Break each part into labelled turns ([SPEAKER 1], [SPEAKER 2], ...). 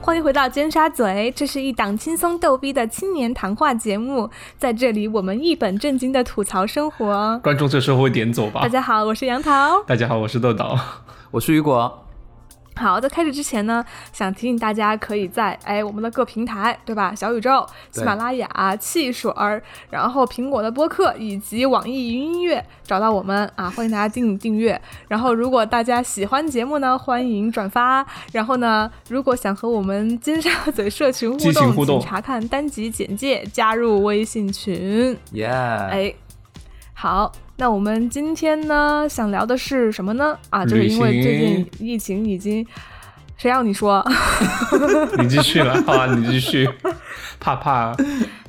[SPEAKER 1] 欢迎回到尖沙咀，这是一档轻松逗逼的青年谈话节目，在这里我们一本正经的吐槽生活。
[SPEAKER 2] 观众这时候会点走吧？
[SPEAKER 1] 大家好，我是杨桃。
[SPEAKER 2] 大家好，我是豆豆。
[SPEAKER 3] 我是雨果。
[SPEAKER 1] 好，在开始之前呢，想提醒大家可以在哎我们的各平台，对吧？小宇宙、喜
[SPEAKER 3] 对
[SPEAKER 1] 马拉雅、汽水儿，然后苹果的播客以及网易云音乐找到我们啊，欢迎大家订订阅。然后如果大家喜欢节目呢，欢迎转发。然后呢，如果想和我们 金沙嘴社群互
[SPEAKER 2] 激
[SPEAKER 1] 动，
[SPEAKER 2] 情互动
[SPEAKER 1] 请查看单集简介，加入微信群。
[SPEAKER 3] 耶、
[SPEAKER 1] 哎，好，那我们今天呢想聊的是什么呢？啊，就是
[SPEAKER 2] 旅
[SPEAKER 1] 因为最近
[SPEAKER 2] 行
[SPEAKER 1] 疫情已经，谁让你说？
[SPEAKER 2] 你继续了，好啊，你继续。怕怕，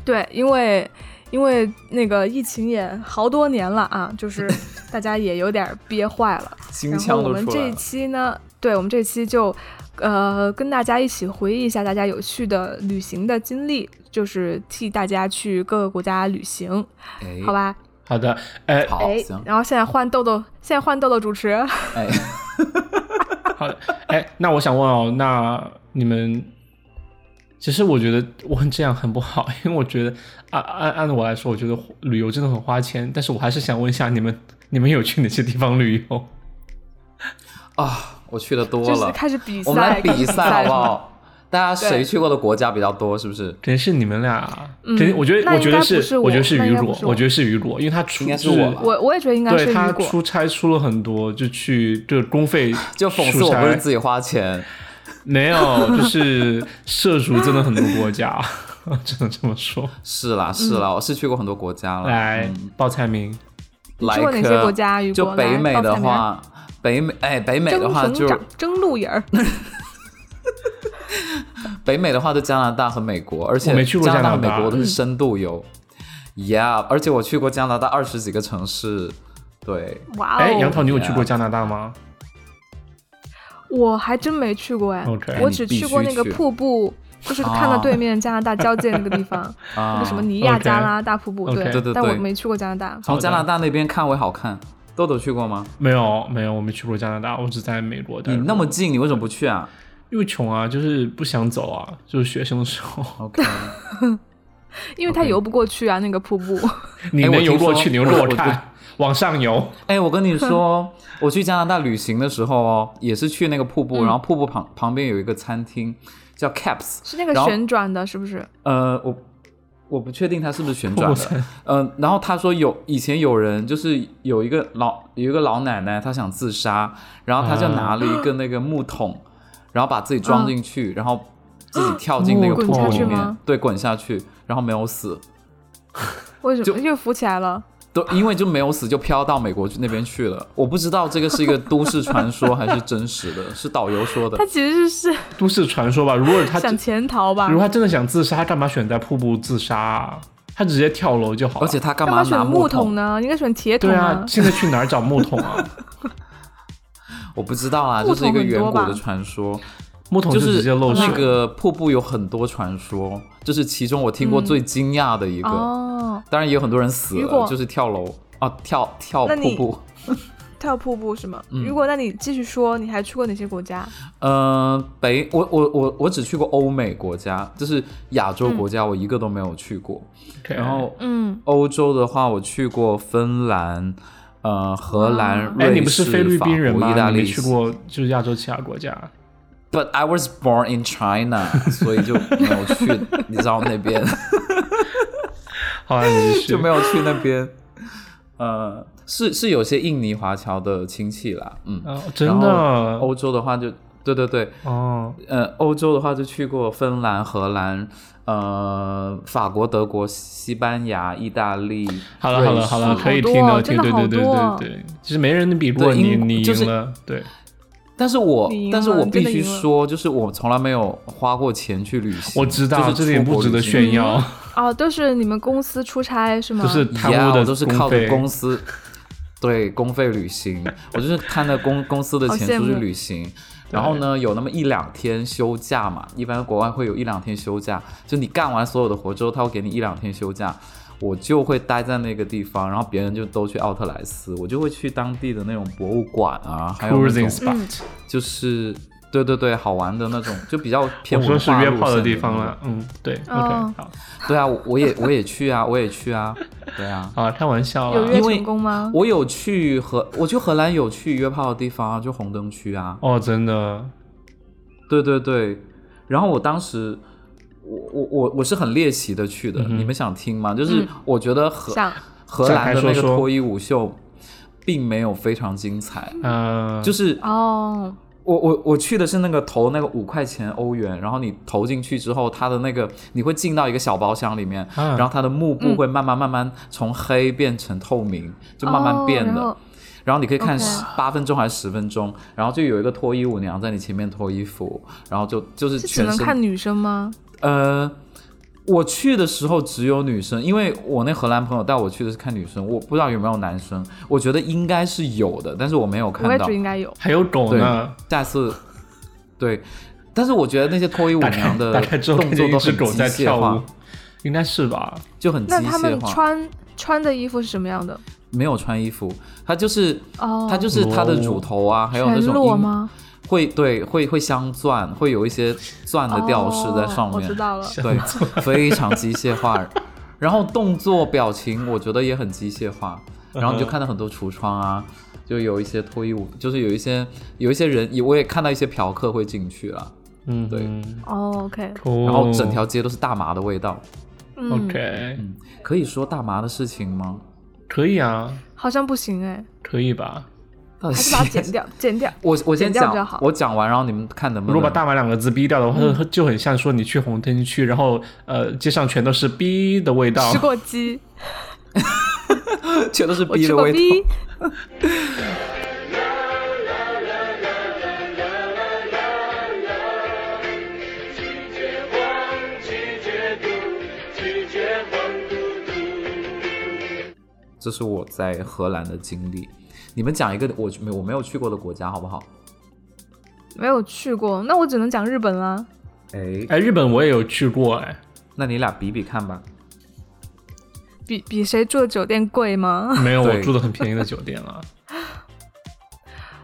[SPEAKER 1] 对，因为因为那个疫情也好多年了啊，就是 大家也有点儿憋坏了。
[SPEAKER 3] 心
[SPEAKER 1] 然后
[SPEAKER 3] 腔
[SPEAKER 1] 我
[SPEAKER 3] 都
[SPEAKER 1] 们
[SPEAKER 3] 出
[SPEAKER 1] 这
[SPEAKER 3] 来
[SPEAKER 1] 一
[SPEAKER 3] 了。
[SPEAKER 1] 期呢，对我们这期就，呃，跟大家一起回忆一下大家有趣的旅行的经历，就是替大家去各个国家旅行，
[SPEAKER 3] 哎
[SPEAKER 1] 好，吧？
[SPEAKER 2] 好的，哎，
[SPEAKER 3] 好
[SPEAKER 1] 哎
[SPEAKER 3] 行，，
[SPEAKER 1] 然后现在换豆豆，现在换豆豆主持。
[SPEAKER 3] 哎，
[SPEAKER 2] 好的，哎，那我想问哦，那你们，其实我觉得我这样很不好，因为我觉得按按按我来说，我觉得旅游真的很花钱，但是我还是想问一下你们，你们有去哪些地方旅游？
[SPEAKER 3] 啊，我去的多
[SPEAKER 1] 就是
[SPEAKER 3] 了，
[SPEAKER 1] 开始比赛，
[SPEAKER 3] 我们来
[SPEAKER 1] 开始
[SPEAKER 3] 比赛好不好？大家
[SPEAKER 1] 对
[SPEAKER 3] 谁去过的国家比较多？是不是？
[SPEAKER 2] 可能是你们俩，
[SPEAKER 1] 嗯
[SPEAKER 2] 可能我觉得
[SPEAKER 1] 那
[SPEAKER 2] 我
[SPEAKER 1] 应该
[SPEAKER 2] 觉得
[SPEAKER 1] 不是我
[SPEAKER 2] 我觉得是
[SPEAKER 1] 那
[SPEAKER 2] 雨
[SPEAKER 1] 应该
[SPEAKER 2] 果
[SPEAKER 1] 不，是我
[SPEAKER 2] 我觉得是雨果，因为他出
[SPEAKER 3] 应该是
[SPEAKER 2] 就
[SPEAKER 3] 我吧
[SPEAKER 1] 我我也觉得应该是
[SPEAKER 2] 对
[SPEAKER 1] 雨
[SPEAKER 2] 他
[SPEAKER 1] 果。
[SPEAKER 2] 出差出了很多，就去这公费
[SPEAKER 3] 就讽刺
[SPEAKER 2] 出
[SPEAKER 3] 我
[SPEAKER 2] 差
[SPEAKER 3] 不是自己花钱，
[SPEAKER 2] 没有，就是涉足真的很多国家， 只能这么说。
[SPEAKER 3] 是
[SPEAKER 1] 嗯
[SPEAKER 3] 啦是啦，我是去过很多国家了。
[SPEAKER 2] 来
[SPEAKER 3] 嗯，
[SPEAKER 2] 报菜名，
[SPEAKER 1] 你去过哪
[SPEAKER 3] like，
[SPEAKER 1] 些国家雨果
[SPEAKER 3] 就北美
[SPEAKER 1] 来报
[SPEAKER 3] 的
[SPEAKER 1] 菜名
[SPEAKER 3] 话，北美哎，北美
[SPEAKER 1] 蒸
[SPEAKER 3] 的话
[SPEAKER 1] 熊
[SPEAKER 3] 就
[SPEAKER 1] 掌、蒸鹿眼 儿，
[SPEAKER 3] 北美的话就加拿大和美国，而且
[SPEAKER 2] 我没去过
[SPEAKER 3] 加
[SPEAKER 2] 加
[SPEAKER 3] 拿
[SPEAKER 2] 拿
[SPEAKER 3] 大
[SPEAKER 2] 大
[SPEAKER 3] 和美国都是深度游。Yeah，而且我去过加拿大二十几个城市，对，
[SPEAKER 1] 哇
[SPEAKER 2] 哎，杨
[SPEAKER 1] 哦！
[SPEAKER 2] 桃，你有去过
[SPEAKER 3] Yeah
[SPEAKER 2] 加拿大吗？
[SPEAKER 1] 我还真没去过哎
[SPEAKER 2] OK
[SPEAKER 1] 我只去过那个瀑布，就是看到对面加拿大交界那个地方，那
[SPEAKER 3] 啊
[SPEAKER 1] 个什么尼亚
[SPEAKER 2] OK
[SPEAKER 1] 加拉大瀑布，
[SPEAKER 2] OK
[SPEAKER 3] 对对
[SPEAKER 1] 但我
[SPEAKER 3] 对
[SPEAKER 1] 没去过加拿大。
[SPEAKER 3] 从加拿大那边看会好看。豆豆去过吗？
[SPEAKER 2] 没有，没有，我没去过加拿大，我只在美国待
[SPEAKER 3] 你
[SPEAKER 2] 过。
[SPEAKER 3] 那么近，你为什么不去啊
[SPEAKER 2] 因为穷啊，就是不想走啊，就是学生的时候。
[SPEAKER 3] ？OK，
[SPEAKER 1] 因为它
[SPEAKER 3] OK
[SPEAKER 1] 游不过去啊，那个瀑 布。
[SPEAKER 2] 你
[SPEAKER 3] 哎我
[SPEAKER 2] 能
[SPEAKER 3] 听
[SPEAKER 2] 游过
[SPEAKER 3] 说
[SPEAKER 2] 去，你游
[SPEAKER 3] 我
[SPEAKER 2] 过
[SPEAKER 3] 我
[SPEAKER 2] 看，往上游。
[SPEAKER 3] 哎，我跟你说，我去加拿大旅行的时候哦，也是去那个瀑
[SPEAKER 1] 嗯
[SPEAKER 3] 布，然后瀑布旁旁边有一个餐厅叫 Caps，
[SPEAKER 1] 是那个
[SPEAKER 3] 然后
[SPEAKER 1] 旋转的，是不是？
[SPEAKER 3] 呃，我我不确定它是不是旋转
[SPEAKER 2] 我
[SPEAKER 3] 的，嗯、然后他说有以前有人就是有一个老有一个老奶奶，她想自杀，然后她就
[SPEAKER 2] 啊
[SPEAKER 3] 拿了一个那个木桶，然后把自己装进去，然后自己跳进那个
[SPEAKER 2] 木
[SPEAKER 3] 瀑布
[SPEAKER 2] 滚下
[SPEAKER 3] 里
[SPEAKER 2] 去
[SPEAKER 3] 面
[SPEAKER 1] 吗，
[SPEAKER 3] 对，滚下去，然后没有死，
[SPEAKER 1] 为什
[SPEAKER 3] 就
[SPEAKER 1] 么又浮起来了？
[SPEAKER 3] 都因为就没有死，就飘到美国去那边去了。我不知道这个是一个都市传说还是真实的，是导游说的
[SPEAKER 1] 它。其实是
[SPEAKER 2] 都市传说吧，如果他
[SPEAKER 1] 想潜逃吧
[SPEAKER 2] 如？果他真的想自杀，他干嘛选在瀑布自杀啊？他直接跳楼就好了。
[SPEAKER 3] 而且他干
[SPEAKER 1] 干
[SPEAKER 3] 嘛
[SPEAKER 1] 嘛选
[SPEAKER 3] 拿
[SPEAKER 1] 木
[SPEAKER 3] 桶
[SPEAKER 1] 桶？呢？应该选铁桶
[SPEAKER 2] 对啊，现在去哪儿找木桶啊？
[SPEAKER 3] 我不知道啊，
[SPEAKER 1] 木
[SPEAKER 3] 就是一个
[SPEAKER 1] 桶很
[SPEAKER 3] 远
[SPEAKER 1] 多
[SPEAKER 3] 古
[SPEAKER 1] 吧
[SPEAKER 3] 的传说。
[SPEAKER 2] 木桶
[SPEAKER 3] 就
[SPEAKER 2] 哦直
[SPEAKER 3] 是
[SPEAKER 2] 接漏水。
[SPEAKER 3] 那个瀑布有很多传说，就是其中我听过最惊讶的一个，
[SPEAKER 1] 嗯哦，
[SPEAKER 3] 当然也有很多人死
[SPEAKER 1] 雨果
[SPEAKER 3] 了，就是跳楼啊，跳跳
[SPEAKER 1] 那
[SPEAKER 3] 瀑
[SPEAKER 1] 你
[SPEAKER 3] 布。
[SPEAKER 1] 跳瀑布是吗？
[SPEAKER 3] 嗯
[SPEAKER 1] 如果那你继续说，你还去过哪些国家？
[SPEAKER 3] 呃，北我我我我只去过欧美国家，就是亚洲国家我一个都没有去过。
[SPEAKER 2] OK
[SPEAKER 3] 然后
[SPEAKER 1] 嗯，
[SPEAKER 3] 欧洲的话，我去过芬兰、呃荷兰、
[SPEAKER 1] 哇
[SPEAKER 2] 哎，
[SPEAKER 3] 瑞士、
[SPEAKER 2] 你不是菲律宾人
[SPEAKER 3] 法
[SPEAKER 2] 吗？
[SPEAKER 3] 国意大
[SPEAKER 2] 你
[SPEAKER 3] 利
[SPEAKER 2] 没去过就是亚洲其他国家？
[SPEAKER 3] ？But I was born in China，所 以就没有去，你知道那边。
[SPEAKER 2] 好啊，你继续
[SPEAKER 3] 就没有去那边。呃，是是有些印尼华侨的亲戚啦，嗯，
[SPEAKER 2] 哦真
[SPEAKER 3] 然后
[SPEAKER 2] 的
[SPEAKER 3] 欧洲的话就对对对，
[SPEAKER 2] 哦，
[SPEAKER 3] 呃，欧洲的话就去过芬兰、荷兰、呃，法国、德国、西班牙、意大利。
[SPEAKER 2] 好了好了好了，
[SPEAKER 3] 瑞士
[SPEAKER 2] 可
[SPEAKER 1] 好
[SPEAKER 2] 以
[SPEAKER 1] 多
[SPEAKER 2] 听了，
[SPEAKER 1] 真
[SPEAKER 2] 听
[SPEAKER 1] 的
[SPEAKER 2] 对
[SPEAKER 1] 好
[SPEAKER 2] 对对
[SPEAKER 1] 多
[SPEAKER 2] 对对，其实没人比过
[SPEAKER 3] 对
[SPEAKER 2] 你，
[SPEAKER 3] 英
[SPEAKER 2] 你
[SPEAKER 3] 就是
[SPEAKER 2] 赢了，对，
[SPEAKER 3] 但是我
[SPEAKER 1] 你赢了
[SPEAKER 3] 但是我
[SPEAKER 1] 你真
[SPEAKER 3] 必
[SPEAKER 1] 的
[SPEAKER 3] 须
[SPEAKER 1] 赢了
[SPEAKER 3] 说，就是我从来没有花过钱去旅行，
[SPEAKER 2] 我知道
[SPEAKER 3] 就是
[SPEAKER 2] 这点
[SPEAKER 3] 出国
[SPEAKER 2] 不值得
[SPEAKER 3] 旅行
[SPEAKER 2] 炫耀，
[SPEAKER 1] 哦，都是你们公司出差是吗？
[SPEAKER 2] 就是贪
[SPEAKER 3] Yeah，
[SPEAKER 2] 污
[SPEAKER 3] 嗯我
[SPEAKER 2] 的
[SPEAKER 3] 都是靠着
[SPEAKER 2] 费
[SPEAKER 3] 公司，对公费旅行，我就是贪着公公司的
[SPEAKER 1] 好羡
[SPEAKER 3] 钱出去
[SPEAKER 1] 慕
[SPEAKER 3] 旅行。然后呢，有那么一两天休假嘛，一般国外会有一两天休假，就你干完所有的活之后，他会给你一两天休假。我就会待在那个地方，然后别人就都去奥特莱斯，我就会去当地的那种博物馆啊，还有那
[SPEAKER 1] 嗯
[SPEAKER 2] cruising
[SPEAKER 3] 种
[SPEAKER 2] spot，
[SPEAKER 3] 就是对对对，好玩的那种，就比较偏
[SPEAKER 2] 我说
[SPEAKER 3] 文
[SPEAKER 2] 是
[SPEAKER 3] 化
[SPEAKER 2] 约
[SPEAKER 3] 路
[SPEAKER 2] 炮的
[SPEAKER 3] 线
[SPEAKER 2] 地
[SPEAKER 3] 那
[SPEAKER 2] 方
[SPEAKER 3] 种
[SPEAKER 2] 了。嗯，对，OK，
[SPEAKER 1] 哦
[SPEAKER 2] 好，
[SPEAKER 3] 对啊，我我也我也去啊，我也去啊，对啊，
[SPEAKER 2] 好，开玩笑
[SPEAKER 1] 有
[SPEAKER 2] 啦。
[SPEAKER 1] 约
[SPEAKER 3] 因为
[SPEAKER 1] 成功吗？
[SPEAKER 3] 我有去荷，我去荷兰有去约炮的地方啊，就红灯区啊，
[SPEAKER 2] 哦，真的，
[SPEAKER 3] 对对对，然后我当时。我我我我是很猎奇的去的，
[SPEAKER 2] 嗯哼
[SPEAKER 3] 你们想听吗？就是
[SPEAKER 1] 嗯
[SPEAKER 3] 我觉得荷、
[SPEAKER 1] 想
[SPEAKER 3] 荷兰
[SPEAKER 2] 展
[SPEAKER 3] 的那
[SPEAKER 2] 开
[SPEAKER 3] 个
[SPEAKER 2] 说说
[SPEAKER 3] 脱衣舞秀，并没有非常精彩，
[SPEAKER 2] 嗯，
[SPEAKER 3] 就是是
[SPEAKER 1] 哦，
[SPEAKER 3] 我我我去的是那个投那个五块钱欧元，然后你投进去之后，它的那个你会进到一个小包厢里面，
[SPEAKER 2] 嗯
[SPEAKER 3] 然后它的幕布会慢慢慢慢从黑变成透明，就慢慢变
[SPEAKER 1] 哦
[SPEAKER 3] 的。
[SPEAKER 1] 然后
[SPEAKER 3] 然后你可以看
[SPEAKER 1] OK
[SPEAKER 3] 八分钟还是十分钟，然后就有一个脱衣舞娘在你前面脱衣服，然后就就是
[SPEAKER 1] 是只
[SPEAKER 3] 全
[SPEAKER 1] 能看
[SPEAKER 3] 身
[SPEAKER 1] 女生吗？
[SPEAKER 3] 呃。我去的时候只有女生，因为我那荷兰朋友带我去的是看女生，我不知道有没有男生，我觉得应该是有的，但是我没有看
[SPEAKER 1] 我也
[SPEAKER 3] 到
[SPEAKER 1] 觉得。应该有。
[SPEAKER 2] 还有狗呢，
[SPEAKER 3] 下次，对，但是我觉得那些脱衣舞
[SPEAKER 2] 打
[SPEAKER 3] 娘
[SPEAKER 2] 开
[SPEAKER 3] 的
[SPEAKER 2] 打开之后
[SPEAKER 3] 动
[SPEAKER 2] 看
[SPEAKER 3] 作
[SPEAKER 2] 见一
[SPEAKER 3] 都
[SPEAKER 2] 只
[SPEAKER 3] 很
[SPEAKER 2] 狗
[SPEAKER 3] 机
[SPEAKER 2] 在
[SPEAKER 3] 械
[SPEAKER 2] 跳舞
[SPEAKER 3] 化，，
[SPEAKER 2] 应该是吧？
[SPEAKER 3] 就很机
[SPEAKER 1] 那他
[SPEAKER 3] 械
[SPEAKER 1] 们
[SPEAKER 3] 化，
[SPEAKER 1] 穿穿的衣服是什么样的？
[SPEAKER 3] 没有穿衣服，她就是
[SPEAKER 1] 哦，
[SPEAKER 3] 她就是她的乳头啊，还有那
[SPEAKER 1] 全
[SPEAKER 3] 种
[SPEAKER 1] 裸
[SPEAKER 3] 阴
[SPEAKER 1] 吗？
[SPEAKER 3] 会对会会镶钻，会有一些钻的吊饰在上
[SPEAKER 1] 哦我
[SPEAKER 3] 面
[SPEAKER 1] 知，道了。
[SPEAKER 3] 对，非常机械化。 然后动作表情，我觉得也很机械
[SPEAKER 2] 嗯
[SPEAKER 3] 化。然后你就看到很多橱窗啊，就有一些脱衣舞，就是有一些有一些人，也我也看到一些嫖客会进去啊了，
[SPEAKER 2] 嗯，
[SPEAKER 3] 对
[SPEAKER 1] 哦，OK，
[SPEAKER 2] cool，
[SPEAKER 3] 然后整条街都是大麻的味道。
[SPEAKER 1] 嗯
[SPEAKER 2] 哦 OK，
[SPEAKER 3] 嗯，可以说大麻的事情吗？
[SPEAKER 2] 可以啊，
[SPEAKER 1] 好像不行哎，
[SPEAKER 2] 可以吧？
[SPEAKER 3] 到底
[SPEAKER 1] 还是把它剪掉，剪 掉。
[SPEAKER 3] 我我先
[SPEAKER 1] 剪掉比较
[SPEAKER 3] 讲
[SPEAKER 1] 好，
[SPEAKER 3] 我讲完，然后你们看能不
[SPEAKER 2] 如果把
[SPEAKER 3] 能。
[SPEAKER 2] 大麻两个字逼掉的话，就很像说你去红灯区，然后呃，街上全都是逼的味道
[SPEAKER 1] 吃。过 鸡，
[SPEAKER 3] 全都是
[SPEAKER 1] 我
[SPEAKER 3] 逼
[SPEAKER 1] 吃
[SPEAKER 3] 的
[SPEAKER 1] 过
[SPEAKER 3] 味道。
[SPEAKER 1] 逼，
[SPEAKER 3] 这是我在荷兰的经历。你们讲一个我没我没有去过的国家好不好？
[SPEAKER 1] 没有去过，那我只能讲日本啦。
[SPEAKER 3] 哎，
[SPEAKER 2] 哎，日本我也有去过，哎，
[SPEAKER 3] 那你俩比比看吧。
[SPEAKER 1] 比比谁住的酒店贵吗
[SPEAKER 2] 没有，
[SPEAKER 3] 对
[SPEAKER 2] 我住的很便宜的酒店 了。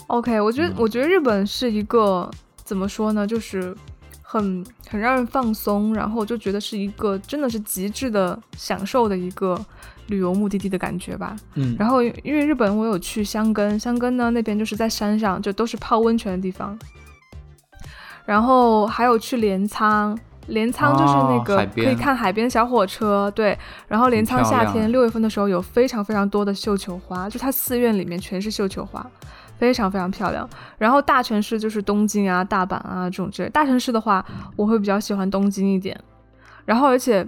[SPEAKER 1] ？OK，我觉
[SPEAKER 3] 嗯
[SPEAKER 1] 得、我觉得日本是一个怎么说呢，就是很很让人放松，然后就觉得是一个真的是极致的享受的一个旅游目的地的感觉吧。
[SPEAKER 3] 嗯，
[SPEAKER 1] 然后因为日本我有去箱根，箱根呢那边就是在山上，就都是泡温泉的地方。然后还有去镰仓，镰仓就是那
[SPEAKER 3] 哦
[SPEAKER 1] 个
[SPEAKER 3] 海
[SPEAKER 1] 可
[SPEAKER 3] 边
[SPEAKER 1] 以看海边小火车，对。然后镰仓
[SPEAKER 3] 很漂
[SPEAKER 1] 夏
[SPEAKER 3] 亮
[SPEAKER 1] 天
[SPEAKER 3] 哎
[SPEAKER 1] 六月份的时候有非常非常多的绣球花，就它寺院里面全是绣球花，非常非常漂亮。然后大城市就是东京啊、大阪啊这种之类。大城市的话，我会比较喜欢东京一点。然后而且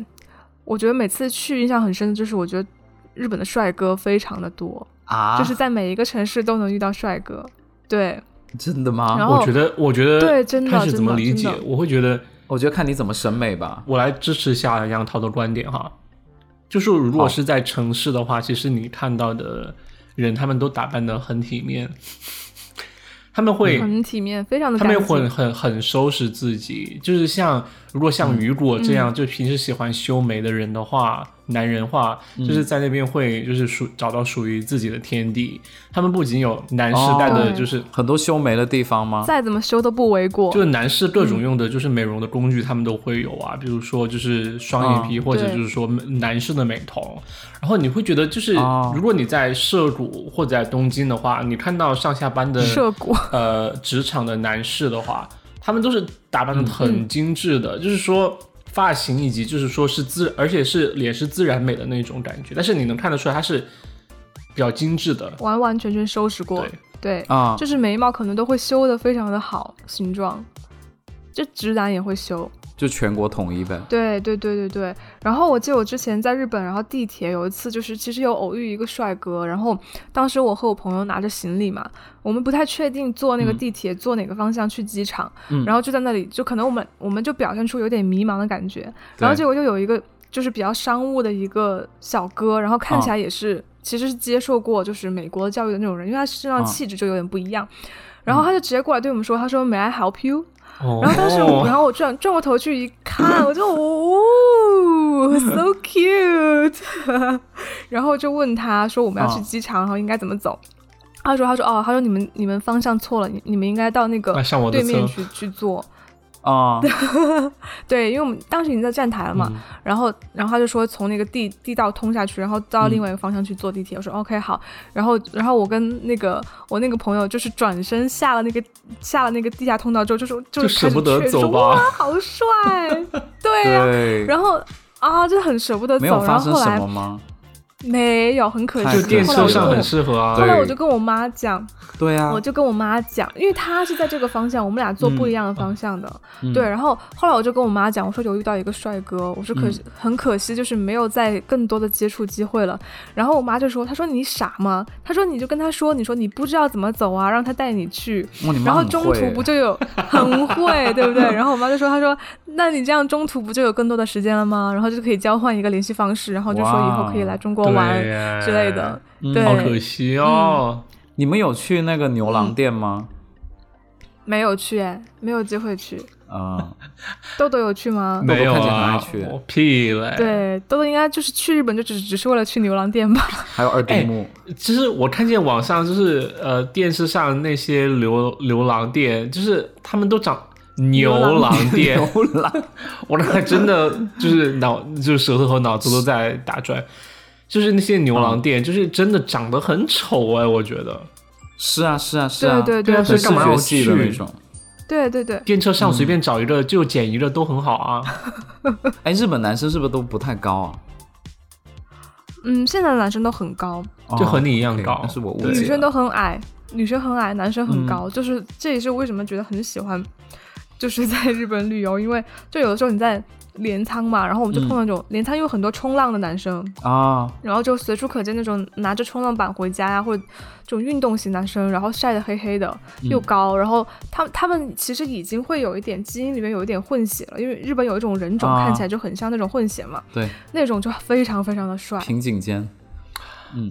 [SPEAKER 1] 我觉得每次去印象很深的就是，我觉得日本的帅哥非常的多，
[SPEAKER 3] 啊，
[SPEAKER 1] 就是在每一个城市都能遇到帅哥。对，
[SPEAKER 3] 真的吗？
[SPEAKER 1] 然后
[SPEAKER 2] 我觉得，我觉得
[SPEAKER 1] 哦对真的
[SPEAKER 2] 看是怎么
[SPEAKER 1] 真的
[SPEAKER 2] 理解
[SPEAKER 1] 真的，
[SPEAKER 2] 我会觉得
[SPEAKER 3] 我觉得看你怎么审美吧。
[SPEAKER 2] 我来支持一下杨桃的观点哈，就是如果是在城市的
[SPEAKER 1] 嗯
[SPEAKER 2] 话，其实你看到的人，他们都打扮的很体面， 他们会、
[SPEAKER 1] 很体面，非常的
[SPEAKER 2] 他
[SPEAKER 1] 干
[SPEAKER 2] 们
[SPEAKER 1] 净。
[SPEAKER 2] 会很很收拾自己，就是像如果像雨果
[SPEAKER 1] 嗯
[SPEAKER 2] 这样，就平时喜欢修眉的人的话，男人话，就是在那边会就是属找到属于自己的天地。他们不仅有男士戴
[SPEAKER 1] 哦
[SPEAKER 2] 的，就是。
[SPEAKER 3] 很多修眉的地方吗？
[SPEAKER 1] 再怎么修都不为过。
[SPEAKER 2] 就是男士各
[SPEAKER 1] 嗯
[SPEAKER 2] 种用的，就是美容的工具，他们都会有啊，比如说就是双眼皮，或者
[SPEAKER 1] 对
[SPEAKER 2] 就是说男士的美瞳。然后你会觉得，就是
[SPEAKER 3] 哦
[SPEAKER 2] 如果你在涉谷或者在东京的话，你看到上下班的
[SPEAKER 1] 涉谷，
[SPEAKER 2] 呃职场的男士的话，他们都是打扮的很精致的，就是说发型以及就是说是自，而且是脸是自然美的那种感觉，但是你能看得出来他是比较精致的，
[SPEAKER 1] 完完全全收拾过
[SPEAKER 2] 对。
[SPEAKER 1] 对，
[SPEAKER 3] 啊，
[SPEAKER 1] 就是眉毛可能都会修的非常的好，形状。就直男也会修，
[SPEAKER 3] 就全国统一呗。
[SPEAKER 1] 对对对对对。然后我记得我之前在日本，然后地铁有一次就是其实有偶遇一个帅哥，然后当时我和我朋友拿着行李嘛，我们不太确定坐那个地铁、坐哪个方向去机场，
[SPEAKER 3] 嗯
[SPEAKER 1] 然后就在那里就可能我们我们就表现出有点迷茫的感觉，
[SPEAKER 3] 对
[SPEAKER 1] 然后结果就有一个就是比较商务的一个小哥，然后看
[SPEAKER 3] 哦
[SPEAKER 1] 起来也是、其实是接受过就是美国教育的那种人，因为他身上
[SPEAKER 3] 啊
[SPEAKER 1] 气质就有点不一样，然
[SPEAKER 3] 嗯
[SPEAKER 1] 后他就直接过来对我们说，他说 May I help you？
[SPEAKER 2] 哦
[SPEAKER 1] 然后当时我，然后我转转过头去一看， 我就哦，so cute，然后就问他说我们要去
[SPEAKER 3] 啊
[SPEAKER 1] 机场，然后应该怎么走。他说他说哦，他说你们你们方向错了，你你们应该到那个
[SPEAKER 2] 那哎上我的
[SPEAKER 1] 对面
[SPEAKER 2] 车
[SPEAKER 1] 去去坐。
[SPEAKER 3] 啊，
[SPEAKER 1] 对，因为我们当时已经在站台了嘛，
[SPEAKER 2] 嗯
[SPEAKER 1] 然后然后他就说从那个地地道通下去，然后到
[SPEAKER 3] 嗯
[SPEAKER 1] 另外一个方向去坐地铁。我说 OK 好，然后然后我跟那个我那个朋友就是转身下了那个下了那个地下通道之后，就是
[SPEAKER 2] 就是舍
[SPEAKER 1] 开始
[SPEAKER 2] 不得
[SPEAKER 1] 确认
[SPEAKER 2] 走
[SPEAKER 1] 说
[SPEAKER 2] 吧
[SPEAKER 1] 哇，好 帅，对啊，
[SPEAKER 3] 对，
[SPEAKER 1] 然后啊就很舍不得
[SPEAKER 3] 没
[SPEAKER 1] 走，
[SPEAKER 3] 有发
[SPEAKER 1] 然后
[SPEAKER 3] 生
[SPEAKER 1] 后
[SPEAKER 3] 什
[SPEAKER 1] 来
[SPEAKER 3] 么吗？
[SPEAKER 1] 没有，很可
[SPEAKER 3] 太
[SPEAKER 1] 惜。
[SPEAKER 2] 就
[SPEAKER 3] 可
[SPEAKER 2] 电
[SPEAKER 1] 后来
[SPEAKER 2] 车
[SPEAKER 1] 我就
[SPEAKER 2] 上
[SPEAKER 1] 跟
[SPEAKER 2] 很
[SPEAKER 1] 我
[SPEAKER 2] 适合啊
[SPEAKER 1] 后
[SPEAKER 3] 对。
[SPEAKER 1] 来我就跟我妈讲，
[SPEAKER 3] 对啊
[SPEAKER 1] 我，就跟我妈讲，因为她是在这个方向，我们俩做不一样的方向的。
[SPEAKER 3] 嗯
[SPEAKER 1] 对，然后后来我就跟我妈讲，我说有遇到一个帅哥，我说可
[SPEAKER 3] 嗯
[SPEAKER 1] 惜、很可惜，就是没有再更多的接触机会了。然后我妈就说，她说你傻吗？她说你就跟他说，你说你不知道怎么走啊，让他带你去。
[SPEAKER 3] 哇你妈
[SPEAKER 1] 然后
[SPEAKER 3] 很
[SPEAKER 1] 中
[SPEAKER 3] 会
[SPEAKER 1] 途不就有很会，对不 对？然后我妈就说，她说那你这样中途不就有更多的时间了吗？然后就可以交换一个联系方式，然后就说以后可以
[SPEAKER 3] 哇
[SPEAKER 1] 来中国
[SPEAKER 2] 对
[SPEAKER 1] 玩
[SPEAKER 2] 呀
[SPEAKER 1] 之类的。
[SPEAKER 3] 嗯
[SPEAKER 1] 对，
[SPEAKER 2] 好可惜哦。
[SPEAKER 3] 你们有去那个牛郎店吗？
[SPEAKER 1] 没有去哎，没有机会去。
[SPEAKER 3] 啊，
[SPEAKER 1] 豆豆有去吗？
[SPEAKER 2] 没有
[SPEAKER 3] 豆豆看起来很
[SPEAKER 2] 啊
[SPEAKER 3] 爱去，
[SPEAKER 2] 我屁嘞！，
[SPEAKER 1] 对，豆豆应该就是去日本就只只是为了去牛郎店吧？
[SPEAKER 3] 还有二
[SPEAKER 2] 哎
[SPEAKER 3] 丁目，
[SPEAKER 2] 其实我看见网上就是呃电视上那些牛牛郎店，就是他们都长牛
[SPEAKER 1] 牛
[SPEAKER 2] 郎店，
[SPEAKER 3] 牛郎，
[SPEAKER 2] 我那还真的就是脑，就是舌头和脑子都在打转。就是那些牛郎店，就是真的长得很丑哎，我觉得
[SPEAKER 3] 是啊是啊 是
[SPEAKER 1] 对
[SPEAKER 3] 啊，
[SPEAKER 1] 对
[SPEAKER 2] 对啊
[SPEAKER 1] 对
[SPEAKER 2] 所
[SPEAKER 3] 很
[SPEAKER 2] 以
[SPEAKER 3] 视
[SPEAKER 2] 干嘛要
[SPEAKER 3] 觉系的那
[SPEAKER 2] 去
[SPEAKER 3] 种。
[SPEAKER 1] 对对对，
[SPEAKER 2] 电车上随便找一个就捡一个都很好啊。
[SPEAKER 3] 哎，日本男生是不是都不太高啊？
[SPEAKER 1] 嗯，现在的男生都很高，
[SPEAKER 2] 就和你一样
[SPEAKER 3] 哦，OK，
[SPEAKER 2] 高
[SPEAKER 3] 那是我误
[SPEAKER 2] 对
[SPEAKER 3] 解。
[SPEAKER 1] 女生都很矮，女生很矮，男生很高，就是这也是为什么觉得很喜欢，就是在日本旅游，因为就有的时候你在镰仓嘛，然后我们就碰到那种镰仓有很多冲浪的男生，
[SPEAKER 3] 啊，
[SPEAKER 1] 然后就随处可见那种拿着冲浪板回家呀、或者这种运动型男生，然后晒得黑黑的，
[SPEAKER 2] 嗯
[SPEAKER 1] 又高，然后他们他们其实已经会有一点基因里面有一点混血了，因为日本有一种人种
[SPEAKER 3] 啊
[SPEAKER 1] 看起来就很像那种混血嘛，
[SPEAKER 3] 对，
[SPEAKER 1] 那种就非常非常的帅。
[SPEAKER 3] 平颈肩。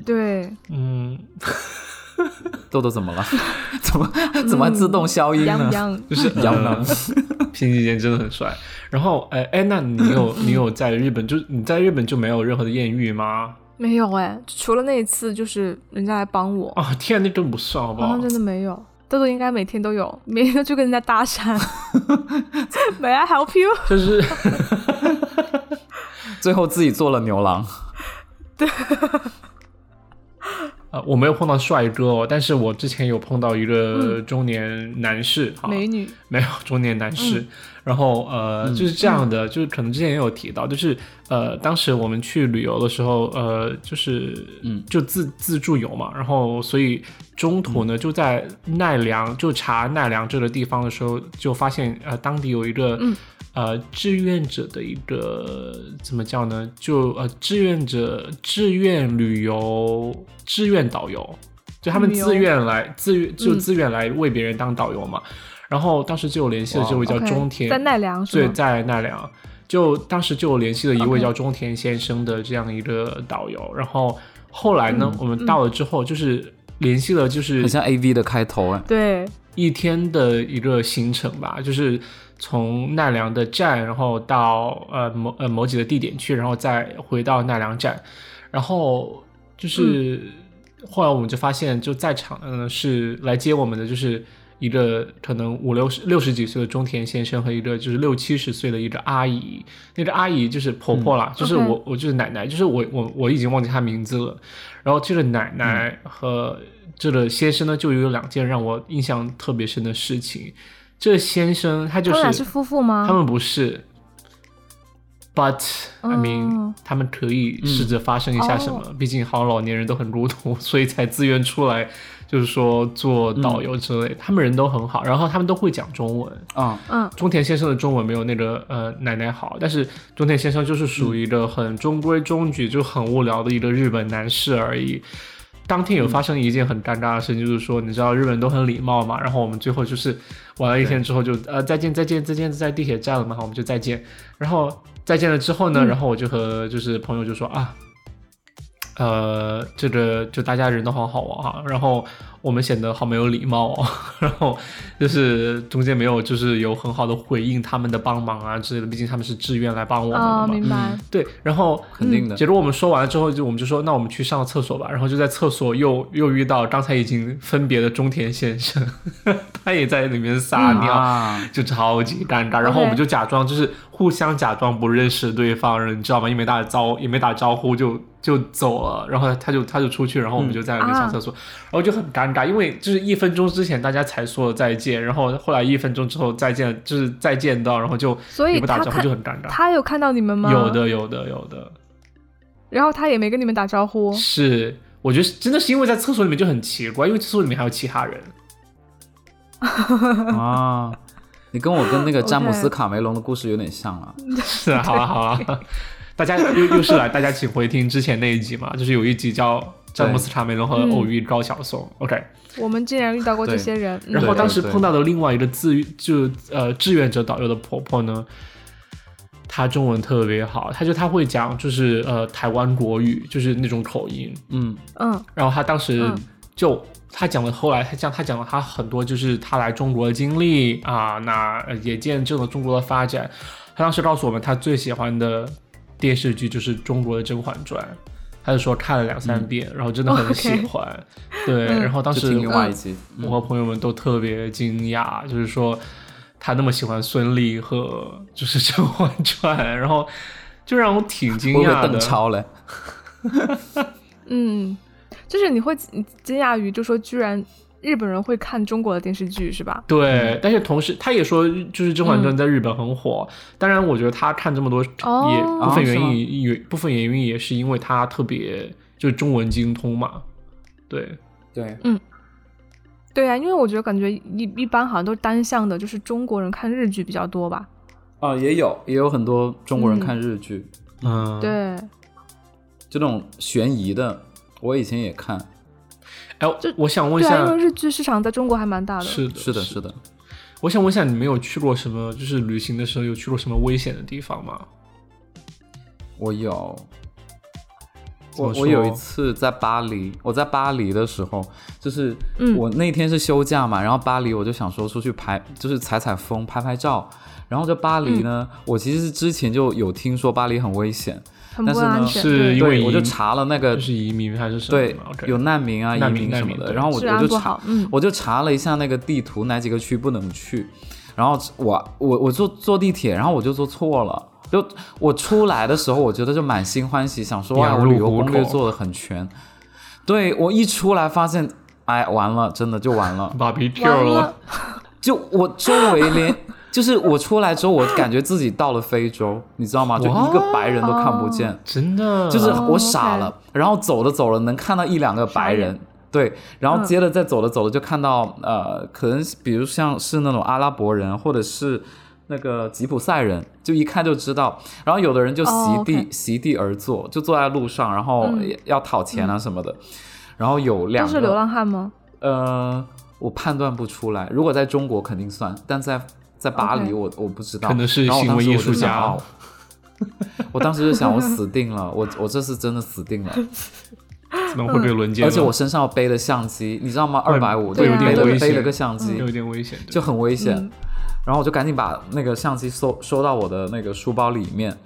[SPEAKER 1] 对，
[SPEAKER 2] 嗯，
[SPEAKER 3] 豆豆 怎么了？怎么怎么自动消音
[SPEAKER 1] 杨
[SPEAKER 2] 嗯
[SPEAKER 3] 呢？
[SPEAKER 1] 洋
[SPEAKER 2] 就是
[SPEAKER 3] 杨郎
[SPEAKER 2] 平井坚真的很帅。然后哎哎，那你有你有在日本就你在日本就没有任何的艳遇吗？
[SPEAKER 1] 没有哎，除了那一次就是人家来帮我，
[SPEAKER 2] 啊天，那真不算好不
[SPEAKER 1] 好
[SPEAKER 2] 好
[SPEAKER 1] 像？真的没有。豆豆应该每天都有，每天都去跟人家搭 讪。May 啊 I help you？
[SPEAKER 2] 就是
[SPEAKER 3] 最后自己做了牛郎，
[SPEAKER 2] 呃，我没有碰到帅哥哦，但是我之前有碰到一个中年男士，啊
[SPEAKER 1] 嗯美女，
[SPEAKER 2] 没有中年男士。
[SPEAKER 1] 嗯
[SPEAKER 2] 然后呃，就是这样的，就是可能之前也有提到，就是呃，当时我们去旅游的时候，呃，就是
[SPEAKER 3] 嗯
[SPEAKER 2] 就自自助游嘛，然后所以中途呢就在奈良，就查奈良这个地方的时候，就发现呃当地有一个。
[SPEAKER 1] 嗯
[SPEAKER 2] 呃，志愿者的一个怎么叫呢？就呃，志愿者、志愿旅游、志愿导游，就他们
[SPEAKER 1] 旅游
[SPEAKER 2] 自愿来，自愿就
[SPEAKER 1] 嗯
[SPEAKER 2] 自愿来为别人当导游嘛。然后当时就有联系了这位叫
[SPEAKER 1] OK，
[SPEAKER 2] 中田，
[SPEAKER 1] 在奈良是
[SPEAKER 2] 对，
[SPEAKER 1] 吗？
[SPEAKER 2] 在奈良，就当时就有联系了一位
[SPEAKER 1] OK
[SPEAKER 2] 叫中田先生的这样一个导游。然后后来
[SPEAKER 1] 嗯
[SPEAKER 2] 呢，我们到了之后，就是联系了，就是
[SPEAKER 3] 很像 A V 的开头哎。
[SPEAKER 1] 对，
[SPEAKER 2] 一天的一个行程吧，就是从奈良的站，然后到呃某呃某几个地点去，然后再回到奈良站，然后就是、后来我们就发现，就在场的呢是来接我们的，就是一个可能五六十六十几岁的中田先生和一个就是六七十岁的一个阿姨，那个阿姨就是婆婆啦，就是
[SPEAKER 1] OK
[SPEAKER 2] 我我就是奶奶，就是我我我已经忘记她名字了。然后这个奶奶
[SPEAKER 1] 嗯
[SPEAKER 2] 和这个先生呢，就有两件让我印象特别深的事情。这个先生他就
[SPEAKER 1] 他们俩
[SPEAKER 2] 是
[SPEAKER 1] 是夫妇吗？
[SPEAKER 2] 他们不是，but I mean，、
[SPEAKER 1] 哦
[SPEAKER 2] 他们可以试着发生一下什么，毕竟好像老年人都很孤独， 所以才自愿出来，就是说做导游之类。他们人都很好，然后他们都会讲中文。
[SPEAKER 3] 啊，
[SPEAKER 1] 嗯，
[SPEAKER 2] 中田先生的中文没有那个呃奶奶好，但是中田先生就是属于一个很中规中矩、就很无聊的一个日本男士而已。当天
[SPEAKER 1] 嗯
[SPEAKER 2] 有发生一件很尴尬的事情，就是说，你知道日本人都很礼貌嘛，然后我们最后就是玩了一天之后就呃再见再见再见，在地铁站了嘛，我们就再见，然后再见了之后呢，
[SPEAKER 1] 嗯
[SPEAKER 2] 然后我就和就是朋友就说啊，呃，这个就大家人都好好玩啊，然后我们显得好没有礼貌哦。 然后就是中间没有就是有很好的回应他们的帮忙啊之类的，毕竟他们是志愿来帮我们
[SPEAKER 1] 哦，
[SPEAKER 2] 的嘛。
[SPEAKER 1] 明白。
[SPEAKER 2] 对，然后
[SPEAKER 3] 肯定的。
[SPEAKER 2] 结果我们说完了之后，就我们就说那我们去上个厕所吧。然后就在厕所又又遇到刚才已经分别的中田先生， 他也在里面撒
[SPEAKER 1] 嗯
[SPEAKER 2] 尿。
[SPEAKER 3] 啊，
[SPEAKER 2] 就超级尴尬。然后我们就假装就是互相假装不认识对方，你知道吗？也没打招也没打招呼就就走了。然后他就他就出去，然后我们
[SPEAKER 1] 嗯
[SPEAKER 2] 就在那边上厕所，
[SPEAKER 1] 啊
[SPEAKER 2] 然后就很尴尬，因为就是一分钟之前大家才说了再见，然后后来一分钟之后再见，就是再见到，然后就
[SPEAKER 1] 所以
[SPEAKER 2] 也不打
[SPEAKER 1] 他
[SPEAKER 2] 招呼
[SPEAKER 1] 看
[SPEAKER 2] 就很尴尬。
[SPEAKER 1] 他有看到你们吗？
[SPEAKER 2] 有。的有的有的
[SPEAKER 1] 然后他也没跟你们打招呼。
[SPEAKER 2] 是。我觉得真的是因为在厕所里面就很奇怪，因为厕所里面还有其他人。
[SPEAKER 3] 啊，你跟我跟那个
[SPEAKER 1] OK
[SPEAKER 3] 詹姆斯卡梅隆的故事有点像啊。
[SPEAKER 2] 是啊，好啊，好啊，大家又又是来，大家请回听之前那一集嘛，就是有一集叫《詹姆斯·卡梅隆和偶遇高晓松》，OK，
[SPEAKER 1] 我们竟然遇到过这
[SPEAKER 3] 对
[SPEAKER 1] 些人。嗯
[SPEAKER 2] 然后当时
[SPEAKER 3] 对对
[SPEAKER 2] 碰到的另外一个自就呃志愿者导游的婆婆呢，她中文特别好，她就她会讲就是呃台湾国语，就是那种口音，
[SPEAKER 3] 嗯，
[SPEAKER 1] 嗯
[SPEAKER 2] 然后她当时
[SPEAKER 1] 嗯
[SPEAKER 2] 就。她讲了，后来她讲，她讲了她很多，就是她来中国的经历啊，那呃也见证了中国的发展。她当时告诉我们，她最喜欢的电视剧就是中国的《甄嬛传》，她就说看了两三遍，然后真的很
[SPEAKER 1] OK
[SPEAKER 2] 喜欢。对，
[SPEAKER 1] 嗯
[SPEAKER 2] 然后当
[SPEAKER 3] 就啊
[SPEAKER 2] 时
[SPEAKER 3] 听另外一集。
[SPEAKER 2] 我和朋友们都特别惊讶，就是说他那么喜欢孙俪和就是《甄嬛传》，然后就让我挺惊
[SPEAKER 3] 会不会
[SPEAKER 2] 讶
[SPEAKER 3] 邓
[SPEAKER 2] 的。
[SPEAKER 3] 超嘞？
[SPEAKER 1] 嗯，就是你会惊惊讶于，就说居然日本人会看中国的电视剧是吧？
[SPEAKER 3] 嗯
[SPEAKER 2] 对，但是同时他也说，就是《甄嬛传》在日本很火。当然，我觉得他看这么多，
[SPEAKER 1] 哦
[SPEAKER 2] 也部分原
[SPEAKER 3] 啊
[SPEAKER 2] 因也部分原因也是因为他特别就是中文精通嘛。对，
[SPEAKER 3] 对，
[SPEAKER 1] 对啊，因为我觉得感觉一一般好像都是单向的，就是中国人看日剧比较多吧。
[SPEAKER 3] 啊，也有也有很多中国人
[SPEAKER 1] 嗯
[SPEAKER 3] 看日剧，
[SPEAKER 2] 嗯，
[SPEAKER 1] 对，
[SPEAKER 3] 就那种悬疑的，我以前也看。
[SPEAKER 2] 哎，我想问一
[SPEAKER 1] 对啊啊，因为
[SPEAKER 2] 下，
[SPEAKER 1] 日剧市场在中国还蛮大的。
[SPEAKER 2] 是的，
[SPEAKER 3] 是的，
[SPEAKER 2] 的，
[SPEAKER 3] 是的，
[SPEAKER 2] 我想问一下，你们有去过什么？就是旅行的时候有去过什么危险的地方吗？
[SPEAKER 3] 我有。
[SPEAKER 2] 怎
[SPEAKER 3] 我
[SPEAKER 2] 么
[SPEAKER 3] 我有一
[SPEAKER 2] 说
[SPEAKER 3] 次在巴黎，我在巴黎的时候，就是
[SPEAKER 1] 嗯
[SPEAKER 3] 我那天是休假嘛，然后巴黎我就想说出去拍，就是采采风、拍拍照。然后在巴
[SPEAKER 1] 嗯
[SPEAKER 3] 黎呢，我其实是之前就有听说巴黎很危险，
[SPEAKER 1] 很
[SPEAKER 3] 但
[SPEAKER 1] 不
[SPEAKER 3] 是呢
[SPEAKER 1] 安全。
[SPEAKER 2] 是
[SPEAKER 1] 对
[SPEAKER 2] 因为
[SPEAKER 3] 对我就
[SPEAKER 2] 移
[SPEAKER 3] 查了那个
[SPEAKER 2] 就是移民还是什么的
[SPEAKER 3] 呃对
[SPEAKER 2] 吗？OK？
[SPEAKER 3] 有难民啊、
[SPEAKER 2] 难
[SPEAKER 3] 移
[SPEAKER 2] 民
[SPEAKER 3] 民
[SPEAKER 2] 难
[SPEAKER 3] 什么
[SPEAKER 2] 民
[SPEAKER 3] 的，
[SPEAKER 2] 对
[SPEAKER 3] 然后我
[SPEAKER 1] 治
[SPEAKER 3] 我
[SPEAKER 1] 安
[SPEAKER 3] 就
[SPEAKER 1] 不
[SPEAKER 3] 查
[SPEAKER 1] 好，嗯，
[SPEAKER 3] 我就查了一下那个地图，哪几个区不能去。然后我我我坐坐地铁，然后我就坐错了。就我出来的时候，我觉得就满心欢喜，想说
[SPEAKER 2] 羊
[SPEAKER 3] 哇，我
[SPEAKER 2] 入
[SPEAKER 3] 旅游
[SPEAKER 2] 虎
[SPEAKER 3] 攻略
[SPEAKER 2] 口
[SPEAKER 3] 做的很全。对我一出来发现，哎，完了，真的就完了。
[SPEAKER 1] 完
[SPEAKER 2] barbecue
[SPEAKER 1] 了，
[SPEAKER 3] 就我周围 连，就是我出来之后，我感觉自己到了非洲，你知道吗？就一个白人都看不见。
[SPEAKER 2] 真的
[SPEAKER 3] 就是
[SPEAKER 1] 哦
[SPEAKER 3] 我傻
[SPEAKER 1] OK
[SPEAKER 3] 了，然后走着走着能看到一两个白
[SPEAKER 1] 傻
[SPEAKER 3] 人，对，然后
[SPEAKER 1] 嗯
[SPEAKER 3] 接着再走着走着就看到呃，可能是比如像是那种阿拉伯人或者是那个吉普赛人，就一看就知道。然后有的人就席
[SPEAKER 1] 哦
[SPEAKER 3] 地、
[SPEAKER 1] ，OK
[SPEAKER 3] 席地而坐，就坐在路上，然后
[SPEAKER 1] 嗯
[SPEAKER 3] 也要讨钱啊什么的。然后有两
[SPEAKER 1] 都
[SPEAKER 3] 个
[SPEAKER 1] 是流浪汉吗？
[SPEAKER 3] 呃，我判断不出来。如果在中国肯定算，但在在巴黎
[SPEAKER 1] OK
[SPEAKER 3] 我我不知道。
[SPEAKER 2] 可能是
[SPEAKER 3] 然后我
[SPEAKER 2] 行为
[SPEAKER 3] 当时
[SPEAKER 2] 艺
[SPEAKER 3] 我就
[SPEAKER 2] 术
[SPEAKER 3] 想
[SPEAKER 2] 家
[SPEAKER 3] 哦我当时就想，我死定了，我我这次真的死定了，
[SPEAKER 2] 可能会被轮奸，
[SPEAKER 3] 嗯而且我身上背了相机，你知道吗？二百五，
[SPEAKER 1] 对
[SPEAKER 3] 对，
[SPEAKER 1] 啊
[SPEAKER 3] 背
[SPEAKER 1] 有
[SPEAKER 3] 了
[SPEAKER 2] 点危
[SPEAKER 3] 背了
[SPEAKER 2] 险嗯
[SPEAKER 3] 个相机
[SPEAKER 2] 有，点危险，对
[SPEAKER 3] 就很危险
[SPEAKER 1] 嗯。
[SPEAKER 3] 然后我就赶紧把那个相机收收到我的那个书包里面，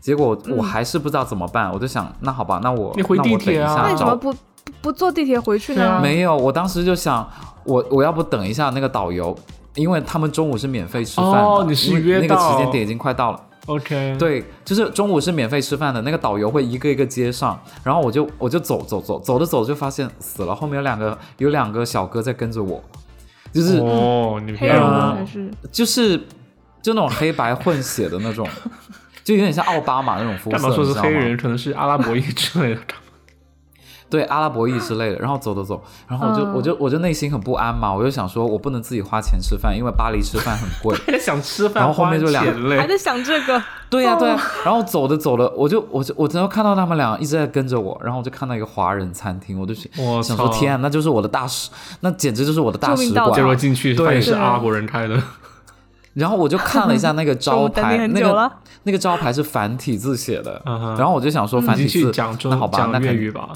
[SPEAKER 3] 结果
[SPEAKER 1] 嗯
[SPEAKER 3] 我还是不知道怎么办，我就想，那好吧，那我
[SPEAKER 2] 你回
[SPEAKER 3] 那我
[SPEAKER 2] 地铁啊
[SPEAKER 3] 等一下
[SPEAKER 1] 那你怎
[SPEAKER 3] 找
[SPEAKER 1] 么不不不坐地铁回去
[SPEAKER 2] 对
[SPEAKER 1] 呢
[SPEAKER 2] 啊？
[SPEAKER 3] 没有，我当时就想，我我要不等一下那个导游，因为他们中午是免费吃饭的，
[SPEAKER 2] 哦你是
[SPEAKER 3] 因为
[SPEAKER 2] 约
[SPEAKER 3] 那个时
[SPEAKER 2] 到
[SPEAKER 3] 间点已经快到了。
[SPEAKER 2] OK，，
[SPEAKER 3] 对，就是中午是免费吃饭的，那个导游会一个一个接上，然后我就我就走走走走着走着就发现死了，后面有两个有两个小哥在跟着我，就是、
[SPEAKER 2] 哦，你
[SPEAKER 1] 黑
[SPEAKER 2] 别
[SPEAKER 1] 人
[SPEAKER 3] 啊
[SPEAKER 1] 吗？还
[SPEAKER 2] 了，
[SPEAKER 1] 是
[SPEAKER 3] 就是就那种黑白混血的那种，就有点像奥巴马那种肤色，
[SPEAKER 2] 干嘛说
[SPEAKER 3] 你
[SPEAKER 2] 是
[SPEAKER 3] 知道
[SPEAKER 2] 黑
[SPEAKER 3] 吗
[SPEAKER 2] 人？可能是阿拉伯裔之类的，。
[SPEAKER 3] 对阿拉伯裔之类的，然后走走走，然后我就、
[SPEAKER 1] 嗯
[SPEAKER 3] 我就我就内心很不安嘛，我就想说我不能自己花钱吃饭，因为巴黎吃饭很贵
[SPEAKER 2] 还在想吃饭，
[SPEAKER 3] 然后后面就
[SPEAKER 2] 花
[SPEAKER 3] 两
[SPEAKER 2] 钱
[SPEAKER 1] 还
[SPEAKER 2] 嘞，
[SPEAKER 1] 在想这个？
[SPEAKER 3] 对呀、对呀、然后走着走着，我就我就我真的看到他们俩一直在跟着我，然后我就看到一个华人餐厅，我就想
[SPEAKER 2] 我
[SPEAKER 3] 想说
[SPEAKER 2] 操
[SPEAKER 3] 天啊，那就是我的大使，那简直就是我的大
[SPEAKER 1] 救命
[SPEAKER 3] 使
[SPEAKER 1] 稻
[SPEAKER 2] 结
[SPEAKER 1] 草
[SPEAKER 2] 果
[SPEAKER 3] 馆。
[SPEAKER 2] 进去
[SPEAKER 3] 对
[SPEAKER 2] 发现是
[SPEAKER 1] 对
[SPEAKER 2] 阿拉伯人开的，
[SPEAKER 3] 然后我就看了一下那个
[SPEAKER 1] 中
[SPEAKER 3] 招
[SPEAKER 1] 午等你
[SPEAKER 3] 牌，
[SPEAKER 1] 很
[SPEAKER 3] 那
[SPEAKER 1] 久
[SPEAKER 3] 个
[SPEAKER 1] 了。
[SPEAKER 3] 那个招牌是繁体字写的，
[SPEAKER 2] 嗯哼
[SPEAKER 3] 然后我就想说繁
[SPEAKER 2] 你
[SPEAKER 3] 体
[SPEAKER 2] 进去
[SPEAKER 3] 字，
[SPEAKER 2] 讲中
[SPEAKER 3] 那好吧，
[SPEAKER 2] 讲
[SPEAKER 3] 那肯
[SPEAKER 2] 粤
[SPEAKER 3] 定
[SPEAKER 2] 语吧，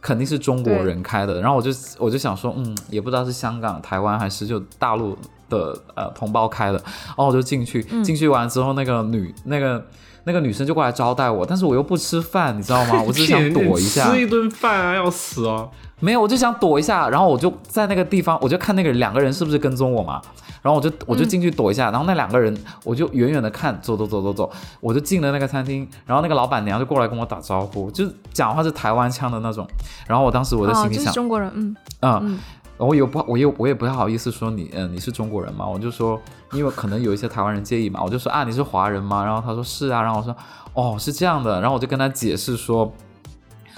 [SPEAKER 3] 肯定是中国人开的。然后我就我就想说，嗯，也不知道是香港、台湾还是就大陆的呃同胞开的。然后我就进去，
[SPEAKER 2] 嗯
[SPEAKER 3] 进去完之后，那个女那个那个女生就过来招待我，但是我又不吃饭，你知 道吗？我只是想躲一下，
[SPEAKER 2] 吃一顿饭啊，要死哦、
[SPEAKER 3] 没有，我就想躲一下，然后我就在那个地方，我就看那个两个人是不是跟踪我嘛，然后我就我就进去躲一
[SPEAKER 2] 嗯
[SPEAKER 3] 下，然后那两个人我就远远的看，走走走走走，我就进了那个餐厅，然后那个老板娘就过来跟我打招呼，就是讲话是台湾腔的那种，然后我当时我的
[SPEAKER 1] 哦，
[SPEAKER 3] 心里
[SPEAKER 1] 就是
[SPEAKER 3] 想，
[SPEAKER 1] 中国人，嗯
[SPEAKER 3] 嗯，
[SPEAKER 1] 嗯，
[SPEAKER 3] 然后我也不我也我也不太好意思说你，嗯、你是中国人吗？我就说，因为可能有一些台湾人介意嘛，我就说啊，你是华人吗？然后他说是啊，然后我说哦是这样的，然后我就跟他解释说。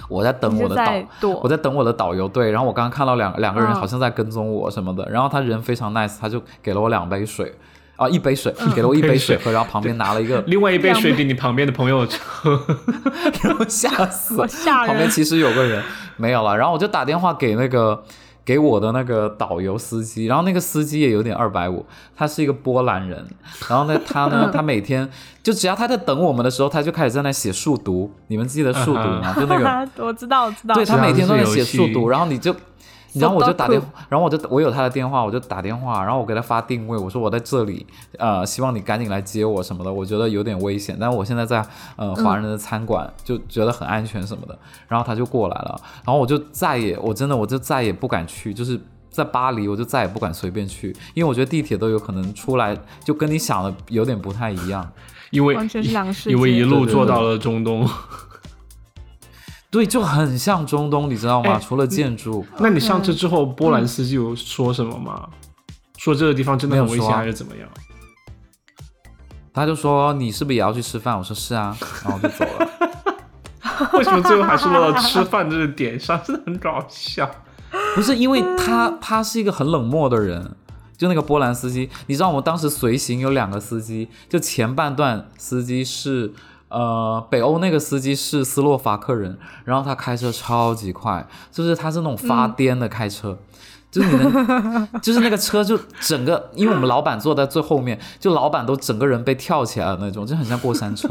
[SPEAKER 3] 我在等
[SPEAKER 1] 你是
[SPEAKER 3] 我的导
[SPEAKER 1] 在躲，
[SPEAKER 3] 我在等我的导游，对，然后我刚刚看到两两个人
[SPEAKER 1] 嗯
[SPEAKER 3] 好像在跟踪我什么的，然后他人非常 nice，他就给了我两杯水，啊，一杯水，
[SPEAKER 1] 嗯
[SPEAKER 3] 给了我一杯水喝，然后旁边拿了一个，
[SPEAKER 2] 另外一杯
[SPEAKER 1] 两
[SPEAKER 2] 水给你旁边的朋友盛，
[SPEAKER 3] 然后吓死
[SPEAKER 1] 好
[SPEAKER 3] 了，
[SPEAKER 1] 吓
[SPEAKER 3] 旁边
[SPEAKER 1] 人，
[SPEAKER 3] 其实有个人 没有了，然后我就打电话给那个给我的那个导游司机，然后那个司机也有点二百五，他是一个波兰人，然后呢他呢
[SPEAKER 1] 嗯
[SPEAKER 3] 他每天就只要他在等我们的时候，他就开始在那写数独，你们记得数独吗？
[SPEAKER 1] 嗯
[SPEAKER 3] 就那个
[SPEAKER 1] 我知道，我知道，
[SPEAKER 3] 对他每天都在写
[SPEAKER 2] 是啊
[SPEAKER 3] 速
[SPEAKER 2] 是有
[SPEAKER 3] 读，
[SPEAKER 2] 趣
[SPEAKER 3] 然后你就，然后我就打电
[SPEAKER 1] Sudoku
[SPEAKER 3] 然后我就我有他的电话，我就打电话，然后我给他发定位，我说我在这里，呃，希望你赶紧来接我什么的，我觉得有点危险，但我现在在呃华人的餐馆，就觉得很安全什么的，然后他就过来了，然后我就再也我真的我就再也不敢去，就是。在巴黎，我就再也不敢随便去，因为我觉得地铁都有可能出来，就跟你想的有点不太一样。
[SPEAKER 2] 因为
[SPEAKER 1] 完全是两个世界
[SPEAKER 2] 因为一路
[SPEAKER 3] 对对
[SPEAKER 2] 做
[SPEAKER 3] 对
[SPEAKER 2] 到了中东。
[SPEAKER 3] 对，就很像中东，你知道吗？
[SPEAKER 2] 哎
[SPEAKER 3] 除了建筑，
[SPEAKER 2] 那你上车
[SPEAKER 1] 嗯
[SPEAKER 2] 之后，波兰司机有说什么吗？说这个地方真的很危
[SPEAKER 3] 没有
[SPEAKER 2] 险，
[SPEAKER 3] 说啊
[SPEAKER 2] 还是怎么样？
[SPEAKER 3] 他就说你是不是也要去吃饭？我说是啊，然后就走了。
[SPEAKER 2] 为什么最后还是落到吃饭这个点上？真的很搞笑。
[SPEAKER 3] 不是因为他他是一个很冷漠的人，就那个波兰司机，你知道我们当时随行有两个司机，就前半段司机是。呃，北欧那个司机是斯洛伐克人，然后他开车超级快，就是他是那种发癫的开车，就是你能， 就是那个车就整个，因为我们老板坐在最后面，就老板都整个人被跳起来了那种，就很像过山车。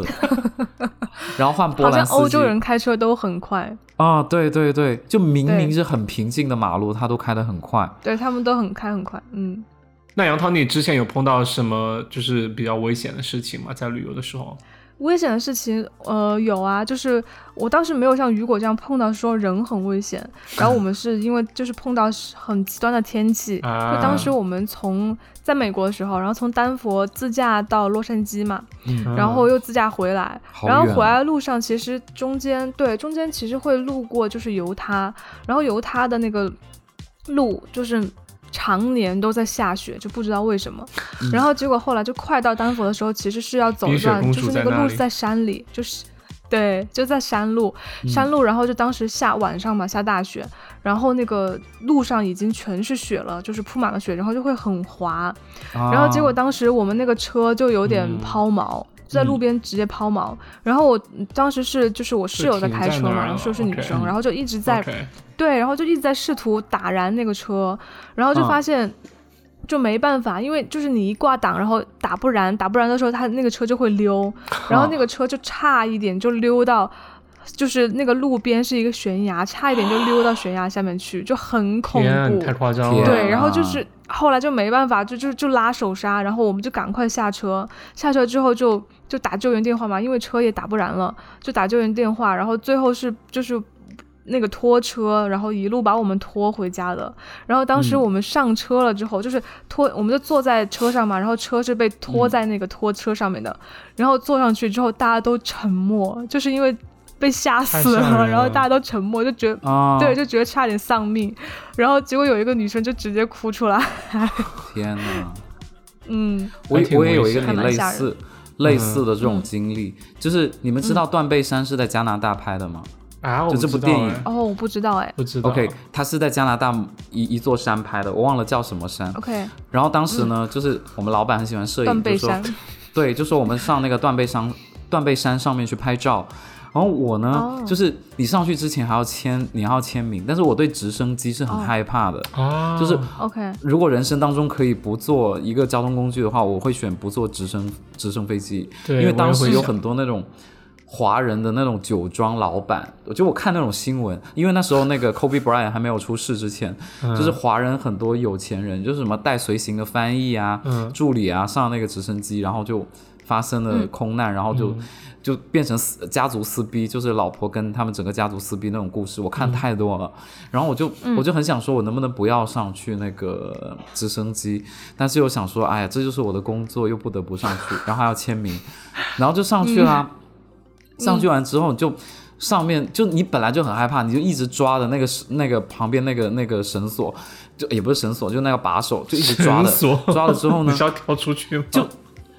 [SPEAKER 3] 然后换波
[SPEAKER 1] 好像
[SPEAKER 3] 兰司机，
[SPEAKER 1] 欧洲人开车都很快，
[SPEAKER 3] 啊，对对对，就明
[SPEAKER 1] 对
[SPEAKER 3] 明是很平静的马路，他都开得很快。
[SPEAKER 1] 对他们都很开很快，嗯。
[SPEAKER 2] 那杨涛，你之前有碰到什么就是比较危险的事情吗？在旅游的时候，
[SPEAKER 1] 危险的事情，呃，有啊，就是我当时没有像雨果这样碰到说人很危险，然后我们是因为就是碰到很极端的天气，
[SPEAKER 2] 啊
[SPEAKER 1] 就当时我们从在美国的时候，然后从丹佛自驾到洛杉矶嘛，
[SPEAKER 2] 嗯啊
[SPEAKER 1] 然后又自驾回来，
[SPEAKER 3] 好
[SPEAKER 1] 然后
[SPEAKER 3] 远
[SPEAKER 1] 回来路上其实中间对中间其实会路过就是犹他，然后犹他的那个路就是常年都在下雪，就不知道为什么。 然后结果后来就快到丹佛的时候，其实是要走一段
[SPEAKER 2] 嗯冰雪公，
[SPEAKER 1] 就
[SPEAKER 2] 主
[SPEAKER 1] 是那
[SPEAKER 2] 在
[SPEAKER 1] 个
[SPEAKER 2] 那
[SPEAKER 1] 路
[SPEAKER 2] 里
[SPEAKER 1] 是在山里，就是。对，就在山路，
[SPEAKER 2] 嗯
[SPEAKER 1] 山路，然后就当时下晚上嘛，下大雪，然后那个路上已经全是雪了，就是铺满了雪，然后就会很滑，然后结果
[SPEAKER 3] 啊
[SPEAKER 1] 当时我们那个车就有点
[SPEAKER 2] 嗯
[SPEAKER 1] 抛锚，就在路边直接抛锚。然后我当时是就是我室友在开车
[SPEAKER 2] 就停在那
[SPEAKER 1] 嘛，
[SPEAKER 2] 儿
[SPEAKER 1] 然后室友是女生，
[SPEAKER 2] 了，OK
[SPEAKER 1] 然后就一直在
[SPEAKER 2] OK
[SPEAKER 1] 对，然后就一直在试图打燃那个车，然后就
[SPEAKER 3] 嗯
[SPEAKER 1] 发现。就没办法，因为就是你一挂档，然后打不燃，打不燃的时候，它那个车就会 溜，然后那个车就差一点就溜到，就是那个路边是一个悬崖，差一点就溜到悬崖下面去，就很恐
[SPEAKER 2] 天
[SPEAKER 3] 啊
[SPEAKER 2] 啊
[SPEAKER 1] 怖，
[SPEAKER 2] 太夸张了。
[SPEAKER 3] 天
[SPEAKER 1] 对，然后就
[SPEAKER 3] 啊
[SPEAKER 1] 是后来就没办法，就就就拉手刹，然后我们就赶快下车，下车之后就就打救援电话嘛，因为车也打不燃了，就打救援电话，然后最后是就是。那个拖车，然后一路把我们拖回家的。然后当时
[SPEAKER 3] 嗯
[SPEAKER 1] 我们上车了之后，就是拖，我们就坐在车上嘛，然后车是被
[SPEAKER 2] 嗯
[SPEAKER 1] 拖在那个拖车上面的。然后坐上去之后，大家都沉默，就是因为被吓
[SPEAKER 2] 太
[SPEAKER 1] 死
[SPEAKER 2] 吓
[SPEAKER 1] 了，
[SPEAKER 2] 人
[SPEAKER 1] 然后
[SPEAKER 2] 了
[SPEAKER 1] 大家都沉默，就觉得
[SPEAKER 3] 啊，
[SPEAKER 1] 对，，就觉得差点丧命，然后结果有一个女生就直接哭出来，
[SPEAKER 3] 天哪！
[SPEAKER 1] 嗯，
[SPEAKER 3] 我
[SPEAKER 2] 还挺
[SPEAKER 3] 我也有
[SPEAKER 2] 危
[SPEAKER 3] 一个
[SPEAKER 2] 险嗯
[SPEAKER 3] 你
[SPEAKER 1] 的嗯
[SPEAKER 3] 类
[SPEAKER 1] 还蛮吓
[SPEAKER 3] 似类似的这种经历，就是你们知道《断背山》是在加拿大拍的吗？
[SPEAKER 2] 啊，我
[SPEAKER 3] 就这
[SPEAKER 2] 不
[SPEAKER 3] 部
[SPEAKER 2] 知道
[SPEAKER 3] 电影
[SPEAKER 2] 哎
[SPEAKER 1] 哦，我不知道哎
[SPEAKER 2] 不知道。
[SPEAKER 3] OK，它是在加拿大一一座山拍的，我忘了叫什么山。
[SPEAKER 1] ，OK，
[SPEAKER 3] 然后当时呢，就是我们老板很喜欢摄
[SPEAKER 1] 哦嗯断
[SPEAKER 3] 影，
[SPEAKER 1] 背
[SPEAKER 3] 就说
[SPEAKER 1] 山，
[SPEAKER 3] 对，就说我们上那个断背山，断背山上面去拍照。然后我呢，
[SPEAKER 1] 哦
[SPEAKER 3] 就是你上去之前还要签，你还要签名。但是我对直升机是很
[SPEAKER 1] 哦
[SPEAKER 3] 害怕的，
[SPEAKER 2] 啊，
[SPEAKER 3] 就是
[SPEAKER 1] OK，
[SPEAKER 3] 如果人生当中可以不坐一个交通工具的话，我会选不坐直升直升飞机，
[SPEAKER 2] 对
[SPEAKER 3] 因为当
[SPEAKER 2] 我
[SPEAKER 3] 时
[SPEAKER 2] 也会
[SPEAKER 3] 有
[SPEAKER 2] 想
[SPEAKER 3] 很多那种华人的那种酒庄老板，我就我看那种新闻，因为那时候那个 Kobe Bryant 还没有出事之前，
[SPEAKER 1] 嗯
[SPEAKER 3] 就是华人很多有钱人，就是什么带随行的翻译啊、
[SPEAKER 2] 嗯
[SPEAKER 3] 助理啊，上那个直升机，然后就发生了
[SPEAKER 1] 嗯
[SPEAKER 3] 空难，然后就、就变成撕家族撕逼，就是老婆跟他们整个家族撕逼那种故事，我
[SPEAKER 1] 嗯
[SPEAKER 3] 看太多了。然后我就、我就很想说，我能不能不要上去那个直升机？但是又想说，哎呀，这就是我的工作，又不得不上去， 然后还要签名，然后就上去啦。
[SPEAKER 1] 嗯
[SPEAKER 3] 上去完之后就。上面就你本来就很害怕，你就一直抓着那个那个旁边那个那个绳索，就也不是绳索，就那个把手，就一直抓 着
[SPEAKER 2] 绳索，
[SPEAKER 3] 抓了之后
[SPEAKER 2] 你
[SPEAKER 3] 呢，
[SPEAKER 2] 是要跳出去吗？
[SPEAKER 3] 就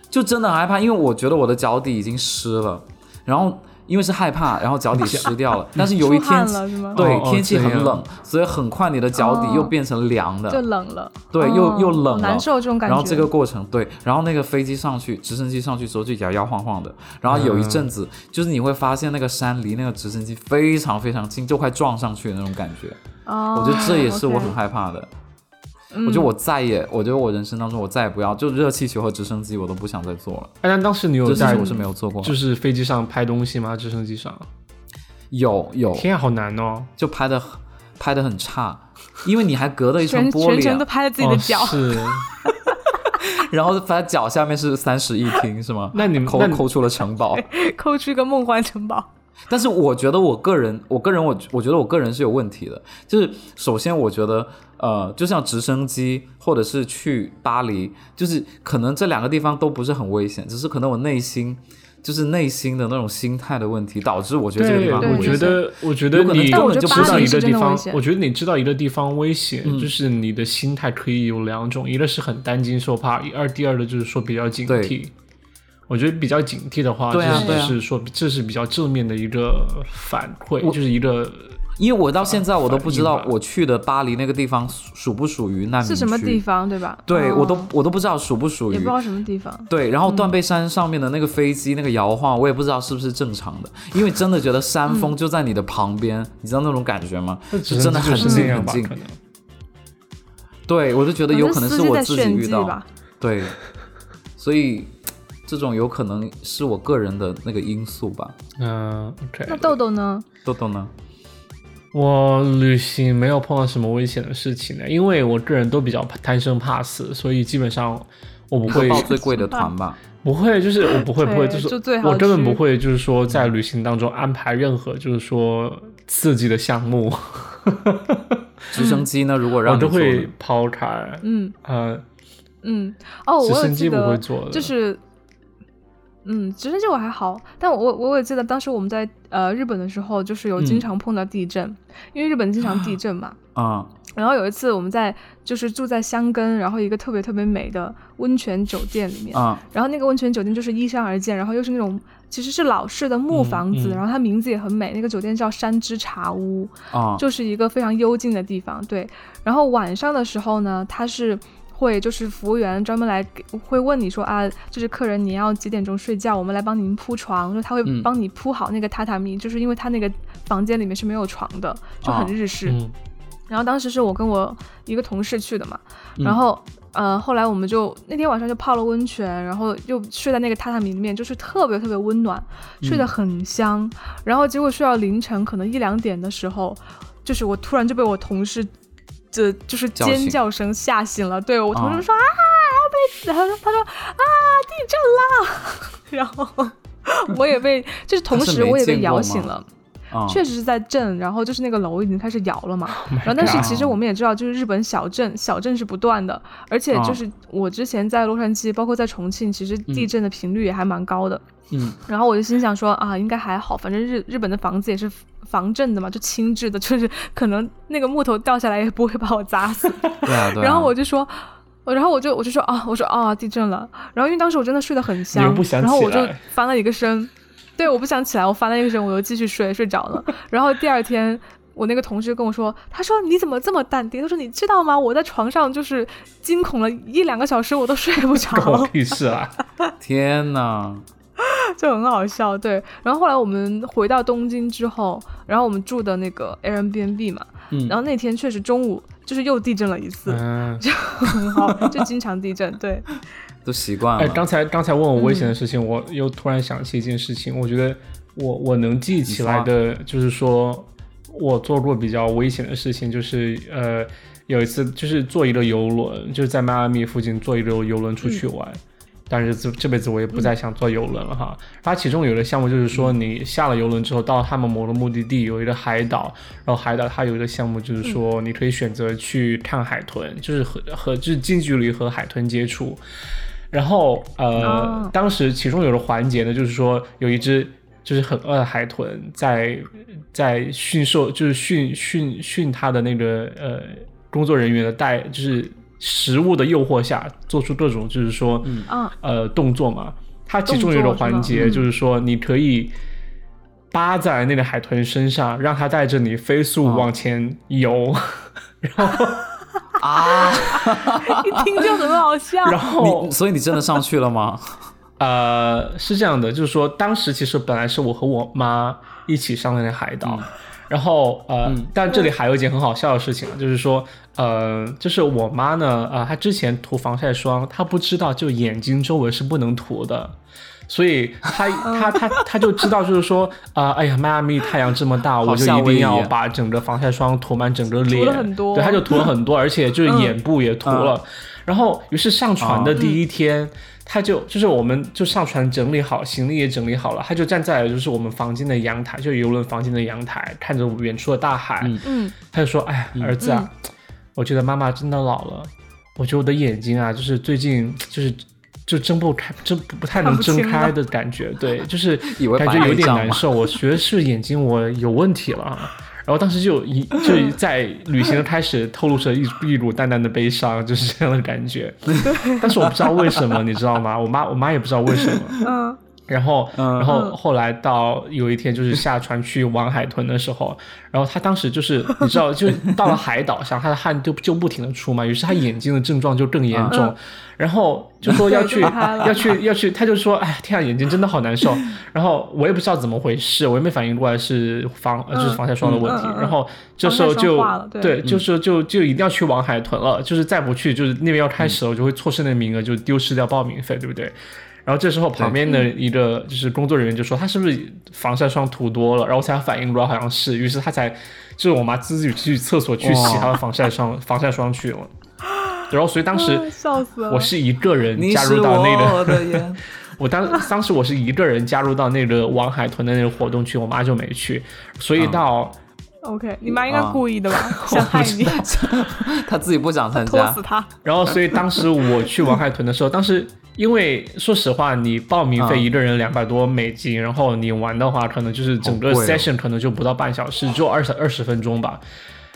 [SPEAKER 3] 就真的很害怕，因为我觉得我的脚底已经湿了，然后因为是害怕，然后脚底湿 掉了，但是有一
[SPEAKER 1] 出汗
[SPEAKER 3] 天
[SPEAKER 1] 了是吗？
[SPEAKER 3] 对
[SPEAKER 2] 哦哦
[SPEAKER 3] 天气
[SPEAKER 2] 这
[SPEAKER 3] 很
[SPEAKER 2] 样
[SPEAKER 3] 冷，所以很快你的脚底
[SPEAKER 1] 哦
[SPEAKER 3] 又变成凉的，
[SPEAKER 1] 就冷了，
[SPEAKER 3] 对，
[SPEAKER 1] 哦
[SPEAKER 3] 又又冷
[SPEAKER 1] 好
[SPEAKER 3] 了，
[SPEAKER 1] 难受这种感觉。
[SPEAKER 3] 然后这个过程，对，然后那个飞机上去，直升机上去之后就摇摇晃晃的，然后有一阵子、
[SPEAKER 1] 嗯
[SPEAKER 3] 就是你会发现那个山离那个直升机非常非常近，就快撞上去的那种感觉。
[SPEAKER 1] 哦，
[SPEAKER 3] 我觉得这也是我很
[SPEAKER 1] OK 嗯
[SPEAKER 3] 害怕的。我觉得我再也，我觉得我人生当中我再也不要，就热气球和直升机我都不想再坐了。
[SPEAKER 2] 哎，但当时你有
[SPEAKER 3] 这事
[SPEAKER 2] 在
[SPEAKER 3] 情我是没有做过，
[SPEAKER 2] 就是飞机上拍东西吗？直升机上？
[SPEAKER 3] 哦有有
[SPEAKER 2] 天啊，好难哦！
[SPEAKER 3] 就拍的拍的很差，因为你还隔着一层
[SPEAKER 1] 全
[SPEAKER 3] 玻
[SPEAKER 1] 全
[SPEAKER 3] 璃
[SPEAKER 1] 程
[SPEAKER 3] 啊、
[SPEAKER 1] 都拍着自己的脚
[SPEAKER 2] 哦、，是，？
[SPEAKER 3] 然后反正脚下面是三室一厅是吗
[SPEAKER 2] 那你们
[SPEAKER 3] 抠
[SPEAKER 2] 那你
[SPEAKER 3] 抠出了城堡。
[SPEAKER 1] 抠出一个梦幻城堡。
[SPEAKER 3] 但是我觉得我个人，我个人我我觉得我个人是有问题的。就是首先我觉得，呃，就像直升机或者是去巴黎，就是可能这两个地方都不是很危险，只是可能我内心就是内心的那种心态的问题，导致我觉得这个地
[SPEAKER 2] 对，
[SPEAKER 3] 方很
[SPEAKER 2] 我
[SPEAKER 3] 危险
[SPEAKER 2] 觉得，我觉得
[SPEAKER 3] 有可能
[SPEAKER 2] 你
[SPEAKER 3] 但我觉
[SPEAKER 2] 知
[SPEAKER 3] 得巴
[SPEAKER 2] 道
[SPEAKER 3] 黎
[SPEAKER 2] 一
[SPEAKER 1] 是
[SPEAKER 2] 个
[SPEAKER 1] 真
[SPEAKER 2] 地
[SPEAKER 1] 的
[SPEAKER 2] 方
[SPEAKER 1] 危，险
[SPEAKER 2] 我觉得你知道一个地方危险，
[SPEAKER 3] 嗯
[SPEAKER 2] 就是你的心态可以有两种，一个是很担惊受怕，一二第二的就是说比较警惕
[SPEAKER 3] 对。
[SPEAKER 2] 我觉得比较警惕的话，
[SPEAKER 3] 对啊
[SPEAKER 2] 这
[SPEAKER 3] 对
[SPEAKER 2] 是
[SPEAKER 3] 啊
[SPEAKER 2] 是说这是比较正面的一个反馈，
[SPEAKER 3] 我
[SPEAKER 2] 就是一个
[SPEAKER 3] 因为我到现在我都不知道
[SPEAKER 2] 反应吧
[SPEAKER 3] 我去的巴黎那个地方属属不属于难民
[SPEAKER 1] 是
[SPEAKER 3] 区，
[SPEAKER 1] 什么地方，对吧？
[SPEAKER 3] 对、
[SPEAKER 1] 哦
[SPEAKER 3] 我都我都不知道属不属于，
[SPEAKER 1] 也不知道什么地方。
[SPEAKER 3] 对，然后
[SPEAKER 1] 嗯
[SPEAKER 3] 断背山上面的那个飞机、那个摇晃，我也不知道是不是正常的，因为真的觉得
[SPEAKER 1] 嗯
[SPEAKER 3] 山峰就在你的旁边，你知道那种感觉吗？
[SPEAKER 2] 只
[SPEAKER 3] 就真的很
[SPEAKER 2] 是那
[SPEAKER 3] 近
[SPEAKER 2] 样
[SPEAKER 3] 很
[SPEAKER 2] 吧，
[SPEAKER 3] 近
[SPEAKER 2] 可。能
[SPEAKER 3] 对，我就觉得有可能是
[SPEAKER 1] 哦司机
[SPEAKER 3] 我
[SPEAKER 1] 在
[SPEAKER 3] 自己
[SPEAKER 1] 炫
[SPEAKER 3] 遇
[SPEAKER 1] 技
[SPEAKER 3] 到
[SPEAKER 1] 吧，。
[SPEAKER 3] 对，所以这种有可能是我个人的那个因素吧。
[SPEAKER 2] 嗯，OK。
[SPEAKER 1] 那豆豆呢？
[SPEAKER 3] 豆豆呢？
[SPEAKER 2] 我旅行没有碰到什么危险的事情呢，因为我个人都比较贪生怕死，所以基本上我不会
[SPEAKER 3] 报最贵 的团吧。
[SPEAKER 1] 嗯
[SPEAKER 2] 不会，就是我不会，
[SPEAKER 1] 对
[SPEAKER 2] 不会，就是
[SPEAKER 1] 就最好
[SPEAKER 2] 我根本
[SPEAKER 1] 去
[SPEAKER 2] 不会，就是说在旅行当中安排任何就是说刺激的项目，
[SPEAKER 3] 直升机呢？如果让
[SPEAKER 2] 我
[SPEAKER 3] 你
[SPEAKER 2] 都
[SPEAKER 3] 坐呢
[SPEAKER 2] 会抛开。
[SPEAKER 1] 嗯
[SPEAKER 2] 呃，
[SPEAKER 1] 嗯，哦，
[SPEAKER 2] 直
[SPEAKER 1] 我有
[SPEAKER 2] 升
[SPEAKER 1] 记
[SPEAKER 2] 机不
[SPEAKER 1] 得
[SPEAKER 2] 会，坐的，
[SPEAKER 1] 就是，嗯，直升机我还好，但我我我也记得当时我们在呃日本的时候，就是有经
[SPEAKER 3] 嗯
[SPEAKER 1] 常碰到地震，因为日本经常地震 嘛。
[SPEAKER 3] 啊、
[SPEAKER 1] 然后有一次我们在就是住在箱根，然后一个特别特别美的温泉酒店里面，
[SPEAKER 3] 啊、
[SPEAKER 1] 然后那个温泉酒店就是依山而建，然后又是那种其实是老式的木房子，
[SPEAKER 2] 嗯嗯
[SPEAKER 1] 然后它名字也很美，那个酒店叫山之茶屋，
[SPEAKER 3] 啊！
[SPEAKER 1] 就是一个非常幽静的地方。对，然后晚上的时候呢，它是。会就是服务员专门来给会问你说啊，就是客人你要几点钟睡觉，我们来帮您铺床，就他会
[SPEAKER 3] 嗯
[SPEAKER 1] 帮你铺好那个榻榻米，就是因为他那个房间里面是没有床的，就很
[SPEAKER 3] 哦
[SPEAKER 1] 日式。
[SPEAKER 2] 嗯，
[SPEAKER 1] 然后当时是我跟我一个同事去的嘛，
[SPEAKER 3] 嗯
[SPEAKER 1] 然后呃，后来我们就那天晚上就泡了温泉，然后又睡在那个榻榻米里面，就是特别特别温暖，睡得
[SPEAKER 3] 嗯
[SPEAKER 1] 很香。然后结果睡到凌晨可能一两点的时候，就是我突然就被我同事这就是
[SPEAKER 3] 叫醒
[SPEAKER 1] 尖叫声吓醒了，对我同
[SPEAKER 3] 啊
[SPEAKER 1] 事说啊被，然后他说啊地震啦， 然后 我也被就是同
[SPEAKER 3] 他是
[SPEAKER 1] 时
[SPEAKER 3] 没
[SPEAKER 1] 我也被
[SPEAKER 3] 见过
[SPEAKER 1] 摇
[SPEAKER 3] 吗
[SPEAKER 1] 醒了。
[SPEAKER 3] 啊、
[SPEAKER 1] 确实是在震，然后就是那个楼已经开始摇了嘛。
[SPEAKER 2] 嗯 Oh
[SPEAKER 1] 然
[SPEAKER 2] my
[SPEAKER 1] 后，但是
[SPEAKER 2] God
[SPEAKER 1] 其实我们也知道，就是日本小镇小镇是不断的，而且
[SPEAKER 2] 嗯
[SPEAKER 3] 啊
[SPEAKER 1] 就是我之前在洛杉矶，包括在重庆，其实地震的频率也还蛮高的。
[SPEAKER 3] 嗯，
[SPEAKER 1] 然后我就心想说啊，应该还好，反正日日本的房子也是防震的嘛，就轻质的，就是可能那个木头掉下来也不会把我砸死。
[SPEAKER 3] 对啊，对啊。
[SPEAKER 1] 然后我就说。我然后我就我就说啊，我说啊，地震了。然后因为当时我真的睡得很香，
[SPEAKER 2] 你又不想
[SPEAKER 1] 然后我
[SPEAKER 2] 起
[SPEAKER 1] 就
[SPEAKER 2] 来
[SPEAKER 1] 翻了一个身，对，我不想起来，我翻了一个身，我又继续睡，睡着了。然后第二天，我那个同事跟我说，他说你怎么这么淡定？他说你知道吗？我在床上就是惊恐了一两个小时，我都睡不 着。
[SPEAKER 2] 关我屁事啊！
[SPEAKER 3] 天哪！
[SPEAKER 1] 就很好笑，对。然后后来我们回到东京之后，然后我们住的那个 Airbnb 嘛，
[SPEAKER 3] 嗯
[SPEAKER 1] 然后那天确实中午就是又地震了一次，
[SPEAKER 2] 嗯，
[SPEAKER 1] 很好，就经常地震，对。
[SPEAKER 3] 都习惯
[SPEAKER 2] 哎，
[SPEAKER 3] 了。
[SPEAKER 2] 刚才刚才问我危险的事情，我又突然想起一件事情，我觉得我我能记起来的，就是说我做过比较危险的事情，就是呃，有一次就是坐一个游轮，就是在迈阿密附近坐一个游轮出去玩。但是这这辈子我也不再想坐游轮了哈。它其中有的项目就是说，你下了游轮之后，到他们某个目的地有一个海岛，然后海岛它有一个项目就是说，你可以选择去看海豚，就是和和就是近距离和海豚接触。然后呃
[SPEAKER 1] 哦，
[SPEAKER 2] 当时其中有个环节呢，就是说有一只就是很饿的海豚在在驯兽，就是训训训它的那个呃工作人员的带，就是食物的诱惑下，做出各种就是说、
[SPEAKER 1] 啊，
[SPEAKER 2] 呃动作嘛。它其中有一个环
[SPEAKER 1] 动
[SPEAKER 2] 节
[SPEAKER 1] 作是吧嗯
[SPEAKER 2] 就是说，你可以扒在那个海豚身上，让它带着你飞速
[SPEAKER 1] 哦
[SPEAKER 2] 往前游，
[SPEAKER 3] 啊！
[SPEAKER 1] 一听就很好笑。
[SPEAKER 2] 然后
[SPEAKER 3] 你所以你真的上去了吗？
[SPEAKER 2] 呃，是这样的，就是说，当时其实本来是我和我妈一起上的那海
[SPEAKER 1] 嗯
[SPEAKER 2] 岛，然后呃，但这里还有一件很好笑的事情啊，就是说，呃，就是我妈呢，呃，她之前涂防晒霜，她不知道就眼睛周围是不能涂的。所以 她她她她就知道，就是说，啊、哎呀，迈阿密太阳这么大，我就
[SPEAKER 3] 夏
[SPEAKER 2] 一
[SPEAKER 3] 威
[SPEAKER 2] 定
[SPEAKER 3] 夷
[SPEAKER 2] 要
[SPEAKER 3] 啊
[SPEAKER 2] 把整个防晒霜涂满整个脸，
[SPEAKER 1] 了很多
[SPEAKER 2] 对，她就涂了很多，而且就是
[SPEAKER 1] 嗯
[SPEAKER 2] 眼部也涂了。然后，于是上船的第一天，他就就是我们就上船整理好行李也整理好了，他就站在就是我们房间的阳台，就游轮房间的阳台，看着远处的大海，
[SPEAKER 3] 嗯
[SPEAKER 1] 嗯，
[SPEAKER 2] 他就说：“哎呀，儿子啊，我觉得妈妈真的老了，我觉得我的眼睛啊，就是最近就是就睁不开，睁不不太能
[SPEAKER 1] 看不
[SPEAKER 2] 睁
[SPEAKER 1] 清
[SPEAKER 2] 开
[SPEAKER 1] 了
[SPEAKER 2] 的感觉，对，就是
[SPEAKER 3] 以为
[SPEAKER 2] 感
[SPEAKER 3] 白
[SPEAKER 2] 觉有
[SPEAKER 3] 内
[SPEAKER 2] 点
[SPEAKER 3] 障
[SPEAKER 2] 难
[SPEAKER 3] 嘛
[SPEAKER 2] 受，我觉得是眼睛我有问题了啊。”然后当时就一就在旅行的开始透露着一一股淡淡的悲伤，就是这样的感觉。但是我不知道为什么，你知道吗？我妈我妈也不知道为什么。
[SPEAKER 1] 嗯
[SPEAKER 2] 然后，
[SPEAKER 3] 嗯
[SPEAKER 2] 然后
[SPEAKER 1] 嗯
[SPEAKER 2] 后来到有一天就是下船去玩海豚的时候，然后他当 时就是你知道，就到了海岛上，他的汗就就不停的出嘛，于是他眼睛的症状就更严重，
[SPEAKER 1] 嗯
[SPEAKER 2] 然后就说要 去
[SPEAKER 1] 对就开了
[SPEAKER 2] 要去要去，他就说哎天啊，眼睛真的好 难受，然后我也不知道怎么回事，我也没反应过来是防呃就是
[SPEAKER 1] 嗯
[SPEAKER 2] 防晒霜的问题，
[SPEAKER 1] 嗯嗯嗯
[SPEAKER 2] 然后这时候
[SPEAKER 1] 防晒霜
[SPEAKER 2] 就
[SPEAKER 1] 化了对嗯
[SPEAKER 2] 就是就就一定要去玩海豚了，就是再不去就是那边要开
[SPEAKER 1] 嗯
[SPEAKER 2] 始了，我就会错失那个名额，就丢失掉报名费，对不对？然后这时候旁边的
[SPEAKER 3] 嗯
[SPEAKER 2] 一个就是工作人员就说他是不是防晒霜涂多了，然后我才反应过来好像是，于是他才就是我妈自己去厕所去洗
[SPEAKER 3] 哇
[SPEAKER 2] 她的防晒
[SPEAKER 3] 哦
[SPEAKER 2] 霜防晒霜去了。然后所以当时
[SPEAKER 1] 啊笑死了。
[SPEAKER 2] 我是一个人
[SPEAKER 3] 你
[SPEAKER 2] 加
[SPEAKER 3] 是
[SPEAKER 2] 入到那个，
[SPEAKER 3] 我的眼，
[SPEAKER 2] 我当当时我是一个人加入到那个王海豚的那个活动去，我妈就没去，所以到
[SPEAKER 1] OK，你妈应该
[SPEAKER 3] 啊
[SPEAKER 1] 故意的吧？ 想害你，
[SPEAKER 3] 他自己不想参
[SPEAKER 1] 拖
[SPEAKER 3] 加
[SPEAKER 1] 死，她。
[SPEAKER 2] 然后，所以当时我去玩海豚的时候，当时因为说实话，你报名费
[SPEAKER 3] 嗯
[SPEAKER 2] 一个人两百多美金，然后你玩的话，可能就是整个
[SPEAKER 3] 好贵哦
[SPEAKER 2] session 可能就不到半小时，只有二十二十分钟吧。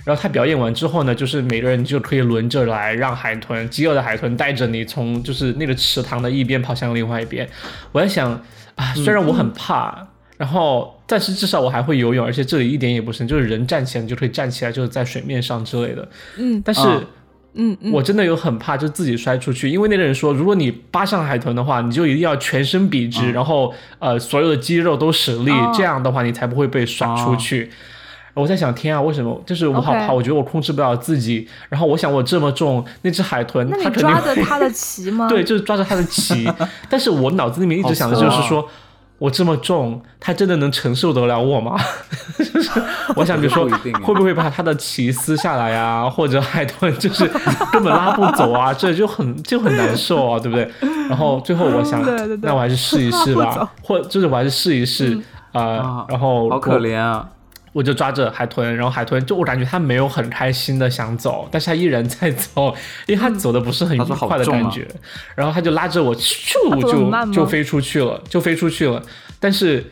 [SPEAKER 2] 然后他表演完之后呢，就是每个人就可以轮着来，让海豚饥饿的海豚带着你从就是那个池塘的一边跑向另外一边。我在想啊，
[SPEAKER 3] 嗯
[SPEAKER 2] 虽然我很怕，然后但是至少我还会游泳，而且这里一点也不深，就是人站起来你就可以站起来，就是在水面上之类的。
[SPEAKER 1] 嗯
[SPEAKER 2] 但是。
[SPEAKER 3] 嗯
[SPEAKER 1] 嗯嗯，
[SPEAKER 2] 我真的有很怕，就自己摔出去，因为那个人说，如果你扒上海豚的话，你就一定要全身笔直，然后呃所有的肌肉都使力，
[SPEAKER 1] 嗯哦
[SPEAKER 2] 这样的话你才不会被甩出去。我在想，天啊，为什么？就是我好
[SPEAKER 1] OK
[SPEAKER 2] 怕我觉得我控制不了自己。然后我想，我这么重，那只海豚
[SPEAKER 1] 那
[SPEAKER 2] 它
[SPEAKER 1] 你
[SPEAKER 2] 肯定
[SPEAKER 1] 抓
[SPEAKER 2] 会
[SPEAKER 1] 着她的旗吗？
[SPEAKER 2] 对，，就是抓着它的 鳍。但是我脑子里面一直想的就
[SPEAKER 3] 好
[SPEAKER 2] 是
[SPEAKER 3] 丑啊
[SPEAKER 1] 哦
[SPEAKER 2] 说，我这么重，它真的能承受得了我吗？ 就是我想，比如说，
[SPEAKER 3] 我觉得不一定啊
[SPEAKER 2] 会不会把它的鳍撕下来啊，或者海豚就是根本拉不走啊，这就很就很难受啊，对不对？然后最后我想，
[SPEAKER 1] 对对对
[SPEAKER 2] 那我还是试一试
[SPEAKER 1] 拉不走嗯
[SPEAKER 2] 吧，或就是我还是试一试。呃
[SPEAKER 3] 啊，
[SPEAKER 2] 然后
[SPEAKER 3] 好
[SPEAKER 2] 我
[SPEAKER 3] 可怜啊！
[SPEAKER 2] 我就抓着海豚，然后海豚就我感觉它没有很开心的想走，但是它依然在走，因为它走的不是很愉
[SPEAKER 3] 它说好
[SPEAKER 2] 快的
[SPEAKER 3] 重啊
[SPEAKER 2] 感觉，然后它就拉着我
[SPEAKER 1] 它
[SPEAKER 2] 咻
[SPEAKER 1] 走得很慢
[SPEAKER 2] 就
[SPEAKER 1] 吗
[SPEAKER 2] 就飞出去了，就飞出去了。但是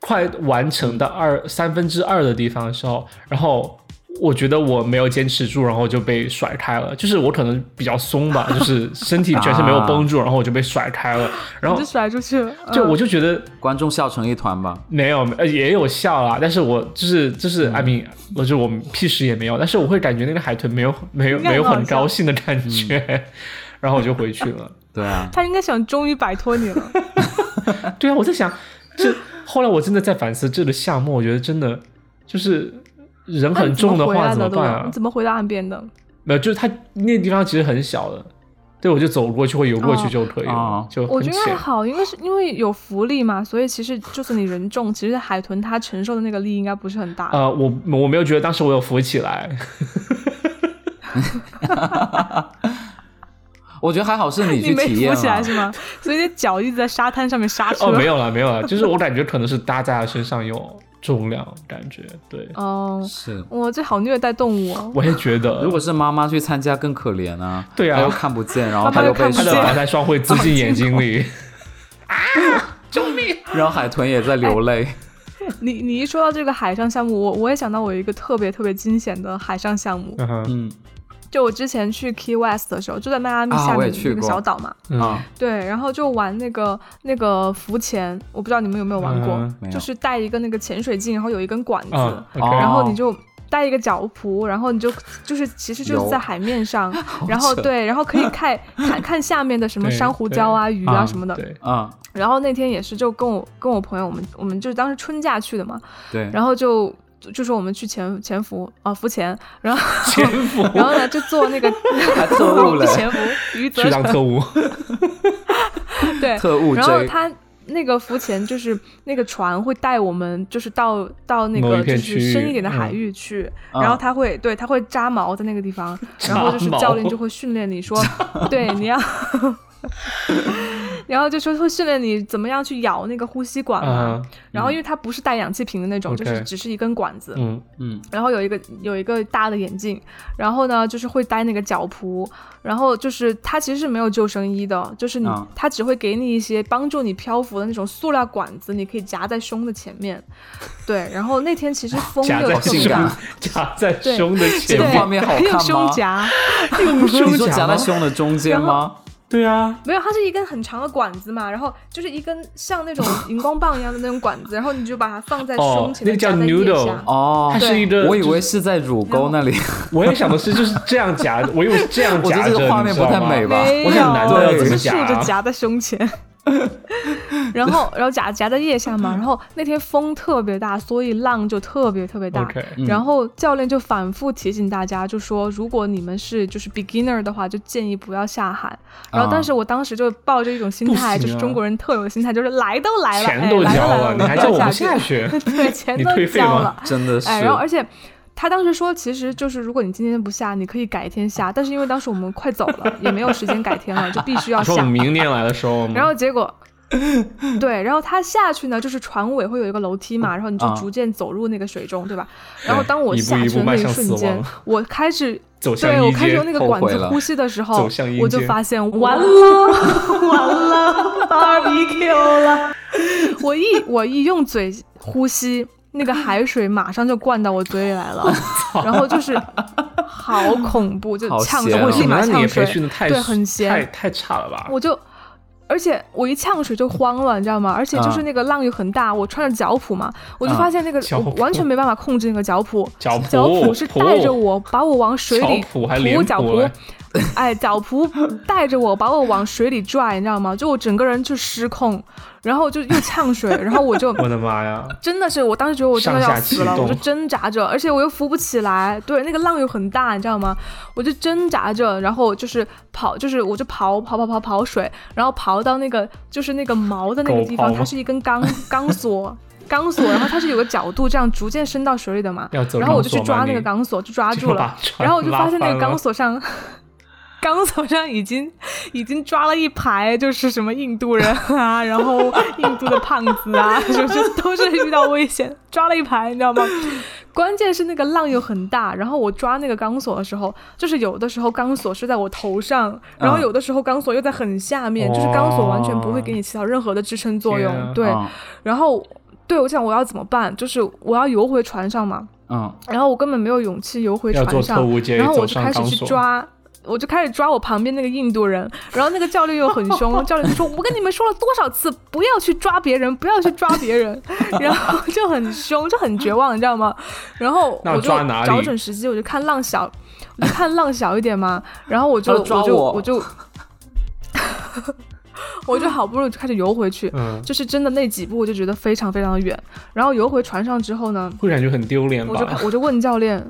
[SPEAKER 2] 快完成到二三分之二的地方的时候，然后我觉得我没有坚持住，然后就被甩开了，就是我可能比较松吧，就是身体全身没有绷住，然后我就被甩开了，然
[SPEAKER 1] 你
[SPEAKER 2] 后
[SPEAKER 1] 就甩出去了。
[SPEAKER 2] 就
[SPEAKER 1] 嗯
[SPEAKER 2] 我就觉得。
[SPEAKER 3] 观众笑成一团吧。
[SPEAKER 2] 没有，呃，也有笑啦，但是我就是就是，I mean，我就我屁事也没有，但是我会感觉那个海豚没有没有
[SPEAKER 1] 应该
[SPEAKER 2] 没有
[SPEAKER 1] 很好
[SPEAKER 2] 很嗯高兴的感觉， 然后我就回去 了。
[SPEAKER 3] 对啊，
[SPEAKER 1] 她应该想终于摆脱你 了。
[SPEAKER 2] 对啊，我在想，这后来我真的在反思这个项目，我觉得真的就是人
[SPEAKER 1] 那你
[SPEAKER 2] 很
[SPEAKER 1] 怎么
[SPEAKER 2] 重的
[SPEAKER 1] 回
[SPEAKER 2] 话
[SPEAKER 1] 来
[SPEAKER 2] 怎么
[SPEAKER 1] 的
[SPEAKER 2] 办
[SPEAKER 1] 对吧
[SPEAKER 2] 啊
[SPEAKER 1] 你？怎么回到岸边的？
[SPEAKER 2] 没有，就是它那地方其实很小的，对，我就走过去或游过去就可以了，
[SPEAKER 3] 哦
[SPEAKER 2] 就
[SPEAKER 1] 我
[SPEAKER 2] 很
[SPEAKER 1] 觉得还。
[SPEAKER 2] 浅
[SPEAKER 1] 好，因为是因为有福利嘛，所以其实就算你人重，其实海豚它承受的那个力应该不是很大。
[SPEAKER 2] 呃，我我没有觉得当时我有浮起来，
[SPEAKER 3] 我觉得还好是 你
[SPEAKER 1] 你
[SPEAKER 3] 去
[SPEAKER 1] 没
[SPEAKER 3] 体验啊
[SPEAKER 1] 浮
[SPEAKER 3] 了，
[SPEAKER 1] 起来是吗？所以你的脚一直在沙滩上面刹 车。
[SPEAKER 2] 啊哦，没有了，没有了，就是我感觉可能是搭在他身上有重量，感觉对，
[SPEAKER 1] 哦，
[SPEAKER 3] 是。
[SPEAKER 1] 我这好虐待动物哦。
[SPEAKER 2] 我也觉得，
[SPEAKER 3] 如果是妈妈去参加更可怜啊，
[SPEAKER 2] 对啊
[SPEAKER 3] 她又看不见，然后
[SPEAKER 1] 妈妈
[SPEAKER 3] 她
[SPEAKER 1] 又
[SPEAKER 3] 被
[SPEAKER 1] 看不
[SPEAKER 2] 他
[SPEAKER 1] 见
[SPEAKER 2] 的
[SPEAKER 1] 是
[SPEAKER 2] 马赛双汇滋进眼 睛里，
[SPEAKER 1] 啊
[SPEAKER 3] 让海豚也在流泪。
[SPEAKER 1] 哎 你你一说到这个海上项目，我我也想到我有一个特别特别惊险的海上项目，
[SPEAKER 2] 嗯哼
[SPEAKER 3] 嗯
[SPEAKER 1] 就我之前去 Key West 的时候，就在迈阿密
[SPEAKER 3] 啊
[SPEAKER 1] 下
[SPEAKER 3] 我也
[SPEAKER 1] 面
[SPEAKER 3] 去
[SPEAKER 1] 那个
[SPEAKER 3] 过
[SPEAKER 1] 小岛嘛，
[SPEAKER 2] 嗯
[SPEAKER 3] 啊，
[SPEAKER 1] 对，然后就玩那个那个浮潜，我不知道你们有没有玩过，
[SPEAKER 2] 嗯
[SPEAKER 3] 没有
[SPEAKER 1] 就是带一个那个潜水镜，然后有一根管子，
[SPEAKER 2] 啊
[SPEAKER 1] 然
[SPEAKER 2] ，OK，
[SPEAKER 3] 哦
[SPEAKER 1] 后你就带一个脚蹼，然后你就就是其实就是
[SPEAKER 3] 有
[SPEAKER 1] 在海面 上，然后
[SPEAKER 3] 扯
[SPEAKER 1] 对，然后 可以看看看下面的什么
[SPEAKER 2] 对
[SPEAKER 1] 珊瑚礁啊、鱼啊
[SPEAKER 3] 啊
[SPEAKER 1] 什么的。
[SPEAKER 2] 对，
[SPEAKER 3] 嗯，
[SPEAKER 1] 然后那天也是就跟我跟我朋友，我们我们就是当时春假去的嘛，
[SPEAKER 3] 对，
[SPEAKER 1] 然后就。就说我们去潜潜伏啊、浮 潜，然后
[SPEAKER 2] 潜伏
[SPEAKER 1] 然后呢就做那个
[SPEAKER 3] 还特务嘞
[SPEAKER 1] 潜伏余则
[SPEAKER 2] 去当 特务，
[SPEAKER 1] 对
[SPEAKER 3] 特务
[SPEAKER 1] 哎然后
[SPEAKER 3] J，
[SPEAKER 1] 他那个浮潜就是那个船会带我们，就是到到那
[SPEAKER 2] 某
[SPEAKER 1] 个
[SPEAKER 2] 一
[SPEAKER 1] 就
[SPEAKER 2] 片区
[SPEAKER 1] 是
[SPEAKER 2] 域
[SPEAKER 1] 深一点的海
[SPEAKER 2] 嗯
[SPEAKER 1] 域去，
[SPEAKER 3] 嗯
[SPEAKER 1] 然后他会对他会扎毛在那个地方，然后就是
[SPEAKER 2] 扎毛
[SPEAKER 1] 教练就会训练你说，对你 要。然后就说会训练你怎么样去咬那个呼吸管嘛，
[SPEAKER 2] 嗯
[SPEAKER 1] 然后因为它不是带氧气瓶的那种，就是
[SPEAKER 2] OK
[SPEAKER 1] 只是一根管子，
[SPEAKER 2] 嗯，
[SPEAKER 3] 嗯，
[SPEAKER 1] 然后有一个有一个大的眼镜，然后呢就是会戴那个脚蹼，然后就是它其实是没有救生衣的，就是你、
[SPEAKER 3] 啊
[SPEAKER 1] 它只会给你一些帮助你漂浮的那种塑料管子，你可以夹在胸的前面。对，然后那天其实风
[SPEAKER 2] 夹
[SPEAKER 1] 又
[SPEAKER 2] 在
[SPEAKER 1] 特别
[SPEAKER 2] 胸
[SPEAKER 1] 大，，
[SPEAKER 2] 夹在胸的
[SPEAKER 3] 这
[SPEAKER 2] 前
[SPEAKER 3] 个
[SPEAKER 1] 对，
[SPEAKER 3] 画
[SPEAKER 2] 面，
[SPEAKER 3] 面好
[SPEAKER 1] 很有
[SPEAKER 3] 看
[SPEAKER 1] 胸
[SPEAKER 3] 吗
[SPEAKER 1] 夹，
[SPEAKER 2] 用
[SPEAKER 3] 你
[SPEAKER 2] 胸
[SPEAKER 3] 说夹
[SPEAKER 2] 夹
[SPEAKER 3] 在
[SPEAKER 2] 吗？
[SPEAKER 3] 胸的中间吗？
[SPEAKER 2] 对啊，
[SPEAKER 1] 没有，它是一根很长的管子嘛，然后就是一根像那种荧光棒一样的那种管子，然后你就把它放在
[SPEAKER 2] 哦
[SPEAKER 1] 胸前面，
[SPEAKER 2] 那叫
[SPEAKER 1] 夹在腋
[SPEAKER 2] noodle
[SPEAKER 1] 下。
[SPEAKER 3] 哦
[SPEAKER 2] 它，是一个，
[SPEAKER 3] 我以为是在乳沟那里，
[SPEAKER 2] 我也想的是 就是这样夹，我以为是这样
[SPEAKER 3] 我觉
[SPEAKER 2] 夹
[SPEAKER 3] 得
[SPEAKER 2] 着，
[SPEAKER 3] 这个画
[SPEAKER 2] 你
[SPEAKER 3] 面
[SPEAKER 2] 知
[SPEAKER 3] 不
[SPEAKER 2] 道
[SPEAKER 3] 太
[SPEAKER 2] 吗？
[SPEAKER 3] 美吧？
[SPEAKER 1] 没
[SPEAKER 2] 我
[SPEAKER 1] 有，
[SPEAKER 2] 想男的要怎么啊
[SPEAKER 1] 是竖
[SPEAKER 2] 夹
[SPEAKER 1] 着夹在胸前， 然后 然后夹夹在腋下嘛。
[SPEAKER 2] 嗯
[SPEAKER 1] 然后那天风特别大，所以浪就特别特别大。
[SPEAKER 2] OK，
[SPEAKER 3] 嗯
[SPEAKER 1] 然后教练就反复提醒大家，就说如果你们是就是 beginner 的话，就建议不要下海。然后，但是我当时就抱着一种心态，
[SPEAKER 2] 啊不行啊
[SPEAKER 1] 就是中国人特有的心态，就是来都来了，
[SPEAKER 2] 钱都
[SPEAKER 1] 哎、来
[SPEAKER 2] 交
[SPEAKER 1] 都来
[SPEAKER 2] 了，
[SPEAKER 1] 了
[SPEAKER 2] 你还叫我
[SPEAKER 1] 不
[SPEAKER 2] 不
[SPEAKER 1] 要
[SPEAKER 2] 下
[SPEAKER 1] 去？
[SPEAKER 2] 去？
[SPEAKER 1] 对，钱
[SPEAKER 2] 你
[SPEAKER 1] 都
[SPEAKER 2] 退费
[SPEAKER 1] 交
[SPEAKER 2] 吗
[SPEAKER 1] 了，
[SPEAKER 3] 真的是，
[SPEAKER 1] 哎，然后而且他当时说，其实就是如果你今天不下，你可以改天下，但是因为当时我们快走了，也没有时间改天了，就必 须要
[SPEAKER 2] 说我
[SPEAKER 1] 下
[SPEAKER 2] 们。明年来的时候，我们
[SPEAKER 1] 啊然后结 果。对，然后他下去呢，就是船尾会有一个楼梯嘛，
[SPEAKER 2] 嗯
[SPEAKER 1] 然后你就
[SPEAKER 3] 啊
[SPEAKER 1] 逐渐走入那个水中，对吧？然后
[SPEAKER 2] 对
[SPEAKER 1] 当我
[SPEAKER 2] 一步
[SPEAKER 1] 下
[SPEAKER 2] 哎一
[SPEAKER 1] 去的
[SPEAKER 2] 步
[SPEAKER 1] 那
[SPEAKER 2] 迈
[SPEAKER 1] 一
[SPEAKER 2] 向
[SPEAKER 1] 瞬
[SPEAKER 2] 死
[SPEAKER 1] 间
[SPEAKER 2] 亡，
[SPEAKER 1] 我开始
[SPEAKER 2] 走向
[SPEAKER 1] 对我
[SPEAKER 2] 阴
[SPEAKER 1] 开始
[SPEAKER 2] 间
[SPEAKER 1] 用那个
[SPEAKER 3] 后
[SPEAKER 1] 管
[SPEAKER 3] 悔
[SPEAKER 1] 子
[SPEAKER 3] 了
[SPEAKER 1] 呼吸的时候
[SPEAKER 2] 走向阴，
[SPEAKER 1] 我就
[SPEAKER 2] 间
[SPEAKER 1] 发现完了，完了，barbecue 了。我一我一用嘴呼吸，那个海水马上就灌到我嘴里来了，然后就是好恐怖，就
[SPEAKER 3] 好
[SPEAKER 1] 呛
[SPEAKER 3] 咸
[SPEAKER 1] 水，
[SPEAKER 3] 哦
[SPEAKER 1] 我
[SPEAKER 2] 为什
[SPEAKER 1] 立
[SPEAKER 2] 么
[SPEAKER 1] 马
[SPEAKER 2] 啊那你也
[SPEAKER 1] 呛
[SPEAKER 2] 培
[SPEAKER 1] 水，
[SPEAKER 2] 训的太
[SPEAKER 1] 对很咸
[SPEAKER 2] 太太差了吧？
[SPEAKER 1] 我就。而且我一呛水就慌了，你知道吗？而且就是那个浪又很大，我穿着脚蹼嘛，我就
[SPEAKER 3] 啊
[SPEAKER 1] 发现那个
[SPEAKER 2] 啊脚
[SPEAKER 1] 我
[SPEAKER 2] 蹼
[SPEAKER 1] 完全没办法控制那个脚蹼，
[SPEAKER 2] 脚蹼
[SPEAKER 1] 脚蹼是带着我把我往水里
[SPEAKER 2] 脚蹼还脸
[SPEAKER 1] 脚
[SPEAKER 2] 蹼
[SPEAKER 1] 蹼
[SPEAKER 2] 哎，
[SPEAKER 1] 哎，脚蹼带着我把我往水里拽，你知道吗？就我整个人就失控，然后就又呛水，然后 我就
[SPEAKER 2] 我的妈 呀！
[SPEAKER 1] 真的是，我当时觉得我真的要死
[SPEAKER 2] 上下
[SPEAKER 1] 了，
[SPEAKER 2] 气
[SPEAKER 1] 我
[SPEAKER 2] 动
[SPEAKER 1] 就挣扎着，而且我又扶不起来，对，那个浪又很大，你知道吗？我就挣扎着，然后就是跑，就是我就刨刨刨刨刨水，然后刨到那个就是那个锚的那个地
[SPEAKER 2] 狗刨
[SPEAKER 1] 方，
[SPEAKER 2] 吗
[SPEAKER 1] 它是一根钢钢索。钢索，然后它是有个角度，这样逐渐伸到水里的 嘛。
[SPEAKER 2] 要走
[SPEAKER 1] 然后我就
[SPEAKER 2] 钢索
[SPEAKER 1] 去抓
[SPEAKER 2] 吗
[SPEAKER 1] 那个
[SPEAKER 2] 你
[SPEAKER 1] 钢索，就抓
[SPEAKER 2] 就
[SPEAKER 1] 住了
[SPEAKER 2] 把。船
[SPEAKER 1] 然后我就发现那
[SPEAKER 2] 拉翻
[SPEAKER 1] 个钢
[SPEAKER 2] 了
[SPEAKER 1] 索上，钢索上已经已经抓了一排，就是什么印度人啊，然后印度的胖子啊， 就是都是遇到危险，抓了一排，你知道吗？关键是那个浪又很大，然后我抓那个钢索的时候，就是有的时候钢索是在我头上，然后
[SPEAKER 3] 嗯
[SPEAKER 1] 有的时候钢索又在很下面，就是钢索完全不会给你起到任何的支撑作用
[SPEAKER 2] 天啊。
[SPEAKER 1] 对，
[SPEAKER 3] 嗯
[SPEAKER 1] 然后对我想我要怎么办？就是我要游回船上嘛，
[SPEAKER 3] 嗯，
[SPEAKER 1] 然后我根本没有勇气游回
[SPEAKER 2] 要
[SPEAKER 1] 船
[SPEAKER 2] 做
[SPEAKER 1] 上
[SPEAKER 2] 特，务接，
[SPEAKER 1] 然后我
[SPEAKER 2] 走
[SPEAKER 1] 就
[SPEAKER 2] 上
[SPEAKER 1] 开始
[SPEAKER 2] 钢
[SPEAKER 1] 去
[SPEAKER 2] 索。
[SPEAKER 1] 抓，我就开始抓我旁边那个印度人，然后那个教练又很凶，教练就说：“我跟你们说了多少次，不要去抓别人，不要去抓别人。” 然后就很凶，就很绝望，你知道吗？然后
[SPEAKER 2] 那
[SPEAKER 1] 我就
[SPEAKER 2] 抓哪里
[SPEAKER 1] 找准时机，我就看浪小，我就看浪小一点嘛，然后我就
[SPEAKER 3] 他抓
[SPEAKER 1] 就
[SPEAKER 3] 我
[SPEAKER 1] 我就 我就好不容易就开始游回去。
[SPEAKER 2] 嗯，
[SPEAKER 1] 就是真的那几步，我就觉得非常非常的远。然后游回船上之后呢，
[SPEAKER 2] 会感觉很丢脸
[SPEAKER 1] 我就
[SPEAKER 2] 吧？
[SPEAKER 1] 我就问教练，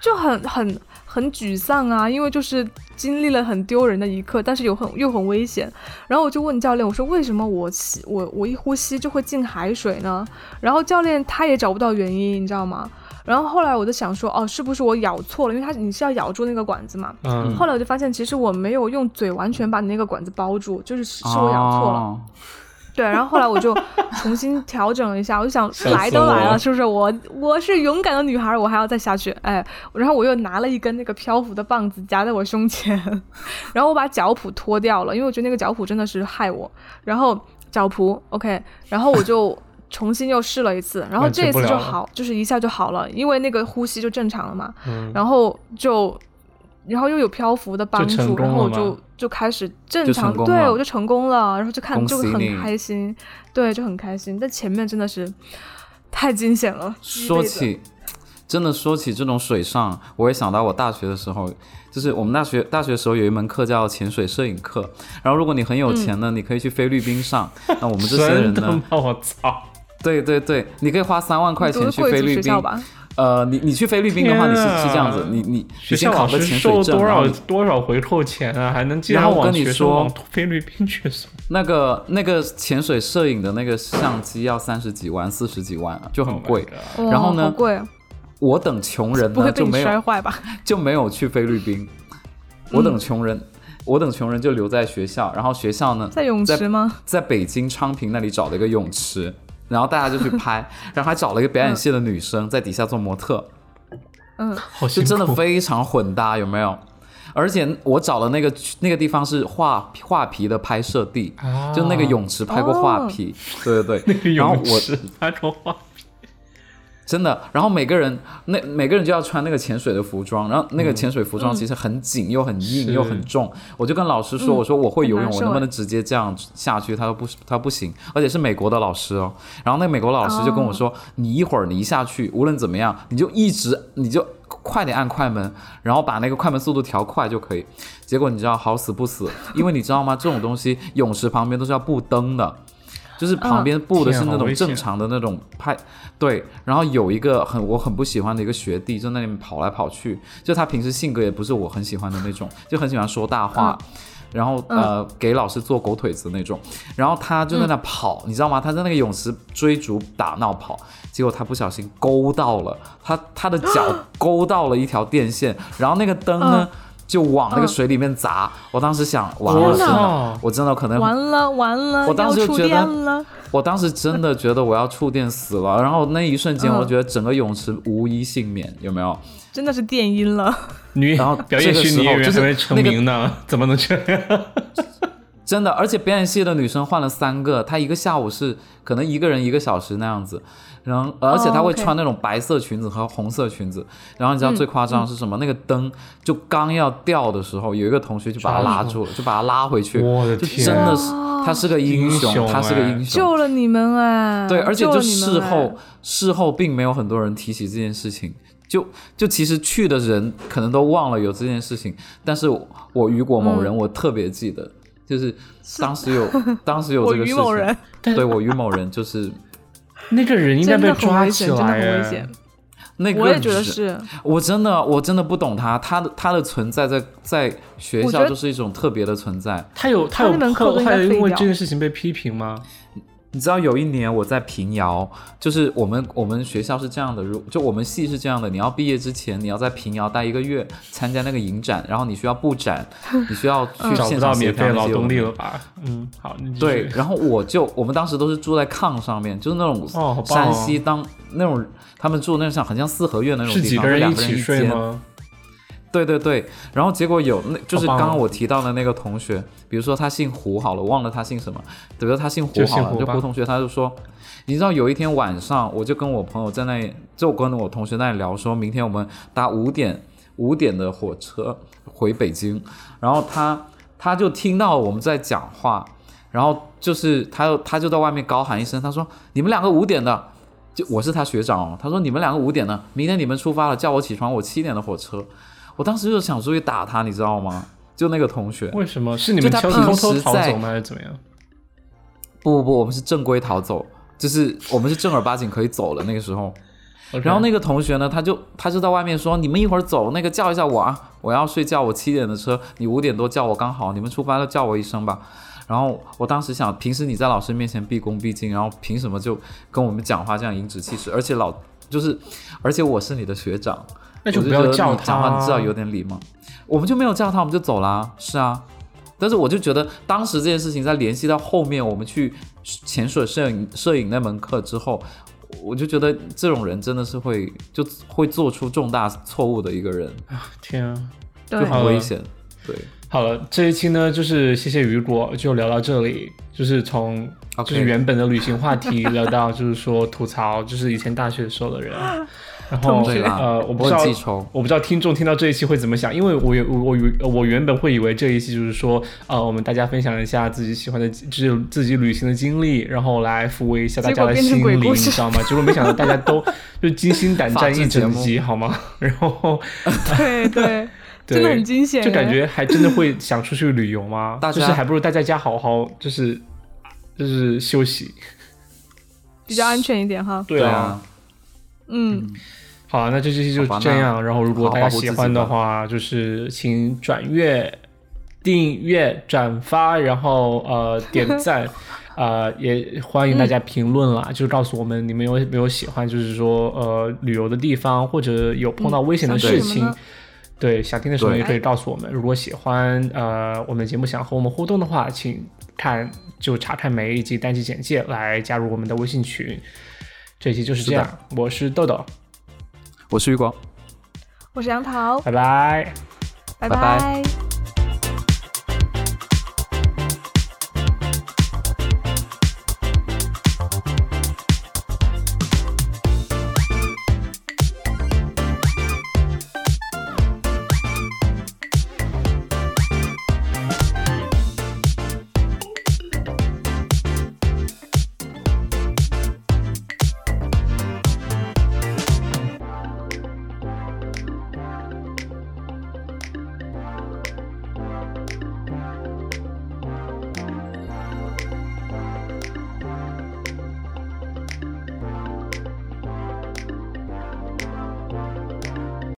[SPEAKER 1] 就很很很沮丧啊，因为就是经历了很丢人的一刻，但是又很又很危险。然后我就问教练，我说为什么我吸我我一呼吸就会进海水呢？然后教练他也找不到原因，你知道吗？然后后来我就想说，哦，是不是我咬错了？因为它你是要咬住那个管子嘛。
[SPEAKER 2] 嗯
[SPEAKER 1] 后来我就发现，其实我没有用嘴完全把你那个管子包住，就是是是我咬错了。
[SPEAKER 3] 哦
[SPEAKER 1] 对，然后后来我就重新调整了一下，我就想
[SPEAKER 2] 笑死
[SPEAKER 1] 来都来
[SPEAKER 2] 我
[SPEAKER 1] 了，是不是？我我是勇敢的女孩，我还要再下去，哎，然后我又拿了一根那个漂浮的棒子夹在我胸前， 然后我把脚蹼脱掉了，因为我觉得那个脚蹼真的是害我，然后脚蹼 OK，然后我就。重新又试了一次，然后
[SPEAKER 2] 完
[SPEAKER 1] 这
[SPEAKER 2] 全
[SPEAKER 1] 一
[SPEAKER 2] 不
[SPEAKER 1] 次就
[SPEAKER 2] 了了
[SPEAKER 1] 好，就是一下就好了，因为那个呼吸就正常了嘛。
[SPEAKER 2] 嗯，
[SPEAKER 1] 然后就，然后又有漂浮的帮
[SPEAKER 2] 成
[SPEAKER 1] 助，
[SPEAKER 2] 功
[SPEAKER 1] 然后
[SPEAKER 2] 了
[SPEAKER 1] 我
[SPEAKER 2] 吗
[SPEAKER 1] 就就开始正
[SPEAKER 3] 就
[SPEAKER 1] 常
[SPEAKER 3] 成，功
[SPEAKER 1] 对
[SPEAKER 3] 了
[SPEAKER 1] 我就成功了，然后就看
[SPEAKER 3] 恭
[SPEAKER 1] 就
[SPEAKER 3] 喜你
[SPEAKER 1] 很开心，对，就很开心。但前面真的是太惊险了，鸡
[SPEAKER 3] 说
[SPEAKER 1] 肋子
[SPEAKER 3] 起，真的说起这种水上，我也想到我大学的时候，就是我们大学大学的时候有一门课叫潜水摄影课。然后如果你很有钱
[SPEAKER 1] 嗯
[SPEAKER 3] 呢，你可以去菲律 宾上。那我们这些人
[SPEAKER 2] 真的
[SPEAKER 3] 呢
[SPEAKER 2] 吗？，我操！
[SPEAKER 3] 对对对，你可以花三万块
[SPEAKER 1] 你读
[SPEAKER 3] 钱
[SPEAKER 1] 的
[SPEAKER 3] 去
[SPEAKER 1] 贵
[SPEAKER 3] 菲
[SPEAKER 1] 族
[SPEAKER 3] 律
[SPEAKER 1] 学
[SPEAKER 3] 宾
[SPEAKER 1] 校。吧？
[SPEAKER 3] 呃，你你去菲律宾的话，你是
[SPEAKER 2] 天啊
[SPEAKER 3] 是这样子，你你
[SPEAKER 2] 学
[SPEAKER 3] 你先
[SPEAKER 2] 校
[SPEAKER 3] 考
[SPEAKER 2] 老
[SPEAKER 3] 个
[SPEAKER 2] 师
[SPEAKER 3] 潜水
[SPEAKER 2] 收
[SPEAKER 3] 证，
[SPEAKER 2] 多
[SPEAKER 3] 然后
[SPEAKER 2] 少
[SPEAKER 3] 你
[SPEAKER 2] 多少回扣钱啊？还能竟
[SPEAKER 3] 然后我
[SPEAKER 2] 往
[SPEAKER 3] 跟
[SPEAKER 2] 学
[SPEAKER 3] 你
[SPEAKER 2] 生
[SPEAKER 3] 说
[SPEAKER 2] 往菲律宾去 送？
[SPEAKER 3] 那个那个潜水摄影的那个相机要三十几万、四十几万，就很
[SPEAKER 2] Oh my
[SPEAKER 3] 贵。
[SPEAKER 2] God
[SPEAKER 1] 哇
[SPEAKER 3] 然后呢
[SPEAKER 1] 好贵啊，
[SPEAKER 3] 我等穷人
[SPEAKER 1] 不
[SPEAKER 3] 呢
[SPEAKER 1] 会被
[SPEAKER 3] 就
[SPEAKER 1] 你
[SPEAKER 3] 没有
[SPEAKER 1] 摔坏吧？
[SPEAKER 3] 就没有去菲律宾。我等穷人，我等穷人就留在学校，然后学校呢，
[SPEAKER 1] 在泳池吗？
[SPEAKER 3] 在北京昌平那里找了一个泳池，然后大家就去拍，然后还找了一个表演系的女生在底下做模特，
[SPEAKER 1] 嗯，
[SPEAKER 2] 好
[SPEAKER 3] 就
[SPEAKER 2] 辛苦，
[SPEAKER 3] 真的非常混搭，有没有？而且我找的那个那个地方是画画皮的拍摄地，
[SPEAKER 2] 啊
[SPEAKER 3] 就那个泳池拍过画皮，对对对，
[SPEAKER 2] 那个
[SPEAKER 3] 然后
[SPEAKER 2] 泳
[SPEAKER 3] 我
[SPEAKER 2] 池，他说话，
[SPEAKER 3] 真的，然后每个人那每个人就要穿那个潜水的服装，然后那个潜水服
[SPEAKER 1] 嗯
[SPEAKER 3] 装其实很紧又很硬
[SPEAKER 2] 是
[SPEAKER 3] 又很重。我就跟老师说，我说我会游
[SPEAKER 1] 嗯很
[SPEAKER 3] 泳，
[SPEAKER 1] 难受
[SPEAKER 3] 我能不
[SPEAKER 1] 哎
[SPEAKER 3] 能直接这样下去？他说不，他不行，而且是美国的老师哦。然后那个美国老师就跟我
[SPEAKER 1] 哦
[SPEAKER 3] 说，你一会儿你一下去，无论怎么样，你就一直你就快点按快门，然后把那个快门速度调快就可以。结果你知道好死 不死，因为你知道吗？这种东西泳池旁边都是要布灯的。就是旁边布的
[SPEAKER 2] 天啊
[SPEAKER 3] 是那
[SPEAKER 2] 好
[SPEAKER 3] 种
[SPEAKER 2] 危险
[SPEAKER 3] 正常的那种拍，对，然后有一个很我很不喜欢的一个学弟，就在那里跑来跑去，就他平时性格也不是我很喜欢的那种，就很喜欢说大话，然后
[SPEAKER 1] 嗯
[SPEAKER 3] 呃给老师做狗腿子那种，然后他就在那跑，
[SPEAKER 1] 嗯
[SPEAKER 3] 你知道吗？他在那个泳池追逐打闹跑，结果他不小心勾到了他他的脚
[SPEAKER 1] 啊
[SPEAKER 3] 勾到了一条电线，然后那个灯呢。就往那个
[SPEAKER 1] 嗯
[SPEAKER 3] 水里面砸，我当时想，完了，
[SPEAKER 1] 天
[SPEAKER 3] 真
[SPEAKER 1] 哪
[SPEAKER 3] 的，我真的可能
[SPEAKER 1] 完了完了，
[SPEAKER 3] 我当时
[SPEAKER 1] 要
[SPEAKER 3] 就
[SPEAKER 1] 触
[SPEAKER 3] 觉得
[SPEAKER 1] 电了，
[SPEAKER 3] 我当时真的觉得我要触电死了，然后那一瞬间，
[SPEAKER 1] 嗯
[SPEAKER 3] 我觉得整个泳池无一幸免，有没有？
[SPEAKER 1] 真的是电音了。
[SPEAKER 2] 女
[SPEAKER 3] 然后
[SPEAKER 2] 表演
[SPEAKER 3] 这个
[SPEAKER 2] 系
[SPEAKER 3] 时
[SPEAKER 2] 女
[SPEAKER 3] 候
[SPEAKER 2] 演
[SPEAKER 3] 就
[SPEAKER 2] 员
[SPEAKER 3] 是
[SPEAKER 2] 还没成
[SPEAKER 3] 那个
[SPEAKER 2] 名呢， 怎么能这样？
[SPEAKER 3] 真的，而且表演系的女生换了三个，她一个下午是可能一个人一个小时那样子，然后而且她哦会
[SPEAKER 1] OK
[SPEAKER 3] 穿那种白色裙子和红色裙子，然后你知道最夸张的是什么？那个灯就刚要掉的时候，有一个同学就把她拉住了，就把她拉回去，
[SPEAKER 2] 我的
[SPEAKER 3] 就
[SPEAKER 2] 天
[SPEAKER 3] 真的是
[SPEAKER 1] 啊
[SPEAKER 3] 她是个英
[SPEAKER 2] 英雄
[SPEAKER 3] 雄，她是个
[SPEAKER 2] 哎
[SPEAKER 3] 英雄，
[SPEAKER 1] 救了你们哎！
[SPEAKER 3] 对，而且
[SPEAKER 1] 救
[SPEAKER 3] 就
[SPEAKER 1] 了你们
[SPEAKER 3] 事
[SPEAKER 1] 哎
[SPEAKER 3] 后事后并没有很多人提起这件事情，就就其实去的人可能都忘了有这件事情，但是我我雨果某人
[SPEAKER 1] 嗯
[SPEAKER 3] 我特别记得，就是当时 有当时有
[SPEAKER 1] 我
[SPEAKER 3] 这个
[SPEAKER 1] 于
[SPEAKER 3] 事
[SPEAKER 1] 某
[SPEAKER 3] 情
[SPEAKER 1] 人，
[SPEAKER 2] 但
[SPEAKER 3] 对我于某 人就是
[SPEAKER 2] 那个人应该
[SPEAKER 1] 真
[SPEAKER 2] 被
[SPEAKER 1] 的很
[SPEAKER 2] 抓
[SPEAKER 1] 危
[SPEAKER 2] 起
[SPEAKER 1] 险，真的很危
[SPEAKER 2] 来哎
[SPEAKER 1] 险。。
[SPEAKER 3] 那个
[SPEAKER 1] 我也觉得
[SPEAKER 3] 人
[SPEAKER 1] 是，
[SPEAKER 3] 我真的我真的不懂他，他的他的存在在在学
[SPEAKER 1] 我觉
[SPEAKER 3] 校
[SPEAKER 1] 得
[SPEAKER 3] 就是一种特别的存在。
[SPEAKER 2] 他有
[SPEAKER 1] 他
[SPEAKER 2] 有
[SPEAKER 1] 那门课
[SPEAKER 2] 后
[SPEAKER 1] 都应
[SPEAKER 2] 他
[SPEAKER 1] 该
[SPEAKER 2] 有因
[SPEAKER 1] 废
[SPEAKER 2] 为
[SPEAKER 1] 掉嗯
[SPEAKER 2] 这件事情被批评吗？
[SPEAKER 3] 你知道有一年我在平遥，就是我们我们学校是这样的，如就我们系是这样的，你要毕业之前你要在平遥待一个月，参加那个影展，然后你需要布展，你需要去
[SPEAKER 2] 嗯找
[SPEAKER 3] 现
[SPEAKER 2] 不到
[SPEAKER 3] 场
[SPEAKER 2] 免
[SPEAKER 3] 协
[SPEAKER 2] 费
[SPEAKER 3] 调那
[SPEAKER 2] 劳
[SPEAKER 3] 些
[SPEAKER 2] 动力
[SPEAKER 3] 有的
[SPEAKER 2] 了吧？嗯，好，你继续
[SPEAKER 3] 对，然后我就我们当时都是住在炕上面，就是那种
[SPEAKER 2] 哦好棒哦
[SPEAKER 3] 山西当、那种他们住那种像很像四合院那种
[SPEAKER 2] 是
[SPEAKER 3] 地
[SPEAKER 2] 几
[SPEAKER 3] 方，
[SPEAKER 2] 个
[SPEAKER 3] 就
[SPEAKER 2] 人
[SPEAKER 3] 两
[SPEAKER 2] 一
[SPEAKER 3] 个人
[SPEAKER 2] 起睡
[SPEAKER 3] 间
[SPEAKER 2] 吗？
[SPEAKER 3] 对对对，然后结果有那就是
[SPEAKER 2] 好棒
[SPEAKER 3] 刚
[SPEAKER 2] 哦
[SPEAKER 3] 刚我提到的那个同学，比如说他姓胡好了，忘了他姓什么，比如说他姓胡
[SPEAKER 2] 就
[SPEAKER 3] 好
[SPEAKER 2] 姓
[SPEAKER 3] 了，
[SPEAKER 2] 胡
[SPEAKER 3] 就
[SPEAKER 2] 吧
[SPEAKER 3] 胡同学他就说，你知道有一天晚上，我就跟我朋友在那里，就我跟我同学在那里聊，说明天我们搭五点五点的火车回北京，然后他他就听到我们在讲话，然后就是他就他就在外面高喊一声，他说你们两个五点的。就我是他学长哦，他说你们两个五点的，明天你们出发了，叫我起床，我七点的火车。我当时就想出去打他，你知道吗？ 就那个同学，
[SPEAKER 2] 为什么是你们
[SPEAKER 3] 就他
[SPEAKER 2] 悄
[SPEAKER 3] 平
[SPEAKER 2] 偷偷
[SPEAKER 3] 时
[SPEAKER 2] 逃
[SPEAKER 3] 在
[SPEAKER 2] 走吗？还是怎么样？
[SPEAKER 3] 不不不，我们是正规逃走，就是我们是正儿八经可以走了那个时候。
[SPEAKER 2] OK
[SPEAKER 3] 然后那个同学呢，他就他就在外面说：“你们一会儿走，那个叫一下我啊，我要睡觉，我七点的车，你五点多叫我刚好，你们出发了叫我一声吧。”然后我当时想，平时你在老师面前毕恭毕敬，然后凭什么就跟我们讲话这样颐指气使？而且老就是，而且我是你的学长，
[SPEAKER 2] 那就
[SPEAKER 3] 我
[SPEAKER 2] 不
[SPEAKER 3] 觉
[SPEAKER 2] 要
[SPEAKER 3] 得
[SPEAKER 2] 叫
[SPEAKER 3] 你
[SPEAKER 2] 他
[SPEAKER 3] 讲话
[SPEAKER 2] 啊，
[SPEAKER 3] 你至少有点礼貌。我们就没有叫他，我们就走啦。是啊，但是我就觉得当时这件事情再联系到后面我们去潜水摄影摄影那门课之后，我就觉得这种人真的是会就会做出重大错误的一个人，
[SPEAKER 2] 天啊！
[SPEAKER 3] 就
[SPEAKER 1] 对，
[SPEAKER 3] 很危险。对
[SPEAKER 2] 好了，这一期呢，就是谢谢雨果，就聊到这里，就是从
[SPEAKER 3] OK
[SPEAKER 2] 就是原本的旅行话题聊到就是说吐槽，就是以前大学时候 的人，然后
[SPEAKER 1] 同
[SPEAKER 3] 对
[SPEAKER 1] 学
[SPEAKER 3] 啦，
[SPEAKER 2] 呃，我不知
[SPEAKER 3] 很
[SPEAKER 2] 道
[SPEAKER 3] 记仇。
[SPEAKER 2] 我不知道听众听到这一期会怎么想，因为我有我我以我原本会以为这一期就是说，呃，我们大家分享一下自己喜欢的，就是自己旅行的经历，然后来抚慰一下大家的心
[SPEAKER 1] 结果变成
[SPEAKER 2] 灵，
[SPEAKER 1] 鬼
[SPEAKER 2] 你
[SPEAKER 1] 故事
[SPEAKER 2] 知道吗？结果没想到大家都就 惊心胆战一整
[SPEAKER 3] 法制
[SPEAKER 2] 集，好吗？ 然后
[SPEAKER 1] 对 对，
[SPEAKER 2] 对
[SPEAKER 1] 真的很惊险，
[SPEAKER 2] 就感觉还真的会想出去旅游吗？
[SPEAKER 3] 大家
[SPEAKER 2] 就是还不如待在家好好就是就是休息。
[SPEAKER 1] 比较安全一点哈。
[SPEAKER 2] 对啊。
[SPEAKER 3] 啊，
[SPEAKER 1] 嗯，
[SPEAKER 2] 好，那这期就
[SPEAKER 3] 好吧
[SPEAKER 2] 这样。然后，如果
[SPEAKER 3] 好
[SPEAKER 2] 大
[SPEAKER 3] 保
[SPEAKER 2] 家
[SPEAKER 3] 护
[SPEAKER 2] 喜
[SPEAKER 3] 自己
[SPEAKER 2] 欢的
[SPEAKER 3] 吧
[SPEAKER 2] 话，就是请转阅、订阅、转发，然后 呃点赞，呃也欢迎大家评论
[SPEAKER 3] 嗯
[SPEAKER 2] 啦，就是告诉我们你们有没有喜欢，就是说呃旅游的地方，或者有碰到危险的
[SPEAKER 1] 嗯想
[SPEAKER 2] 事
[SPEAKER 1] 听什么
[SPEAKER 2] 情
[SPEAKER 1] 呢。
[SPEAKER 2] 对，想听的什么
[SPEAKER 3] 对
[SPEAKER 2] 也可以告诉我们。如果喜欢呃我们的节目，想和我们互动的话，请看就查看每一集单集简介来加入我们的微信群。这期就是
[SPEAKER 3] 是
[SPEAKER 2] 这
[SPEAKER 3] 的
[SPEAKER 2] 样，我是豆豆，
[SPEAKER 3] 我是玉光。
[SPEAKER 1] 我是杨桃，
[SPEAKER 2] 拜拜。
[SPEAKER 1] 拜
[SPEAKER 3] 拜拜
[SPEAKER 1] 拜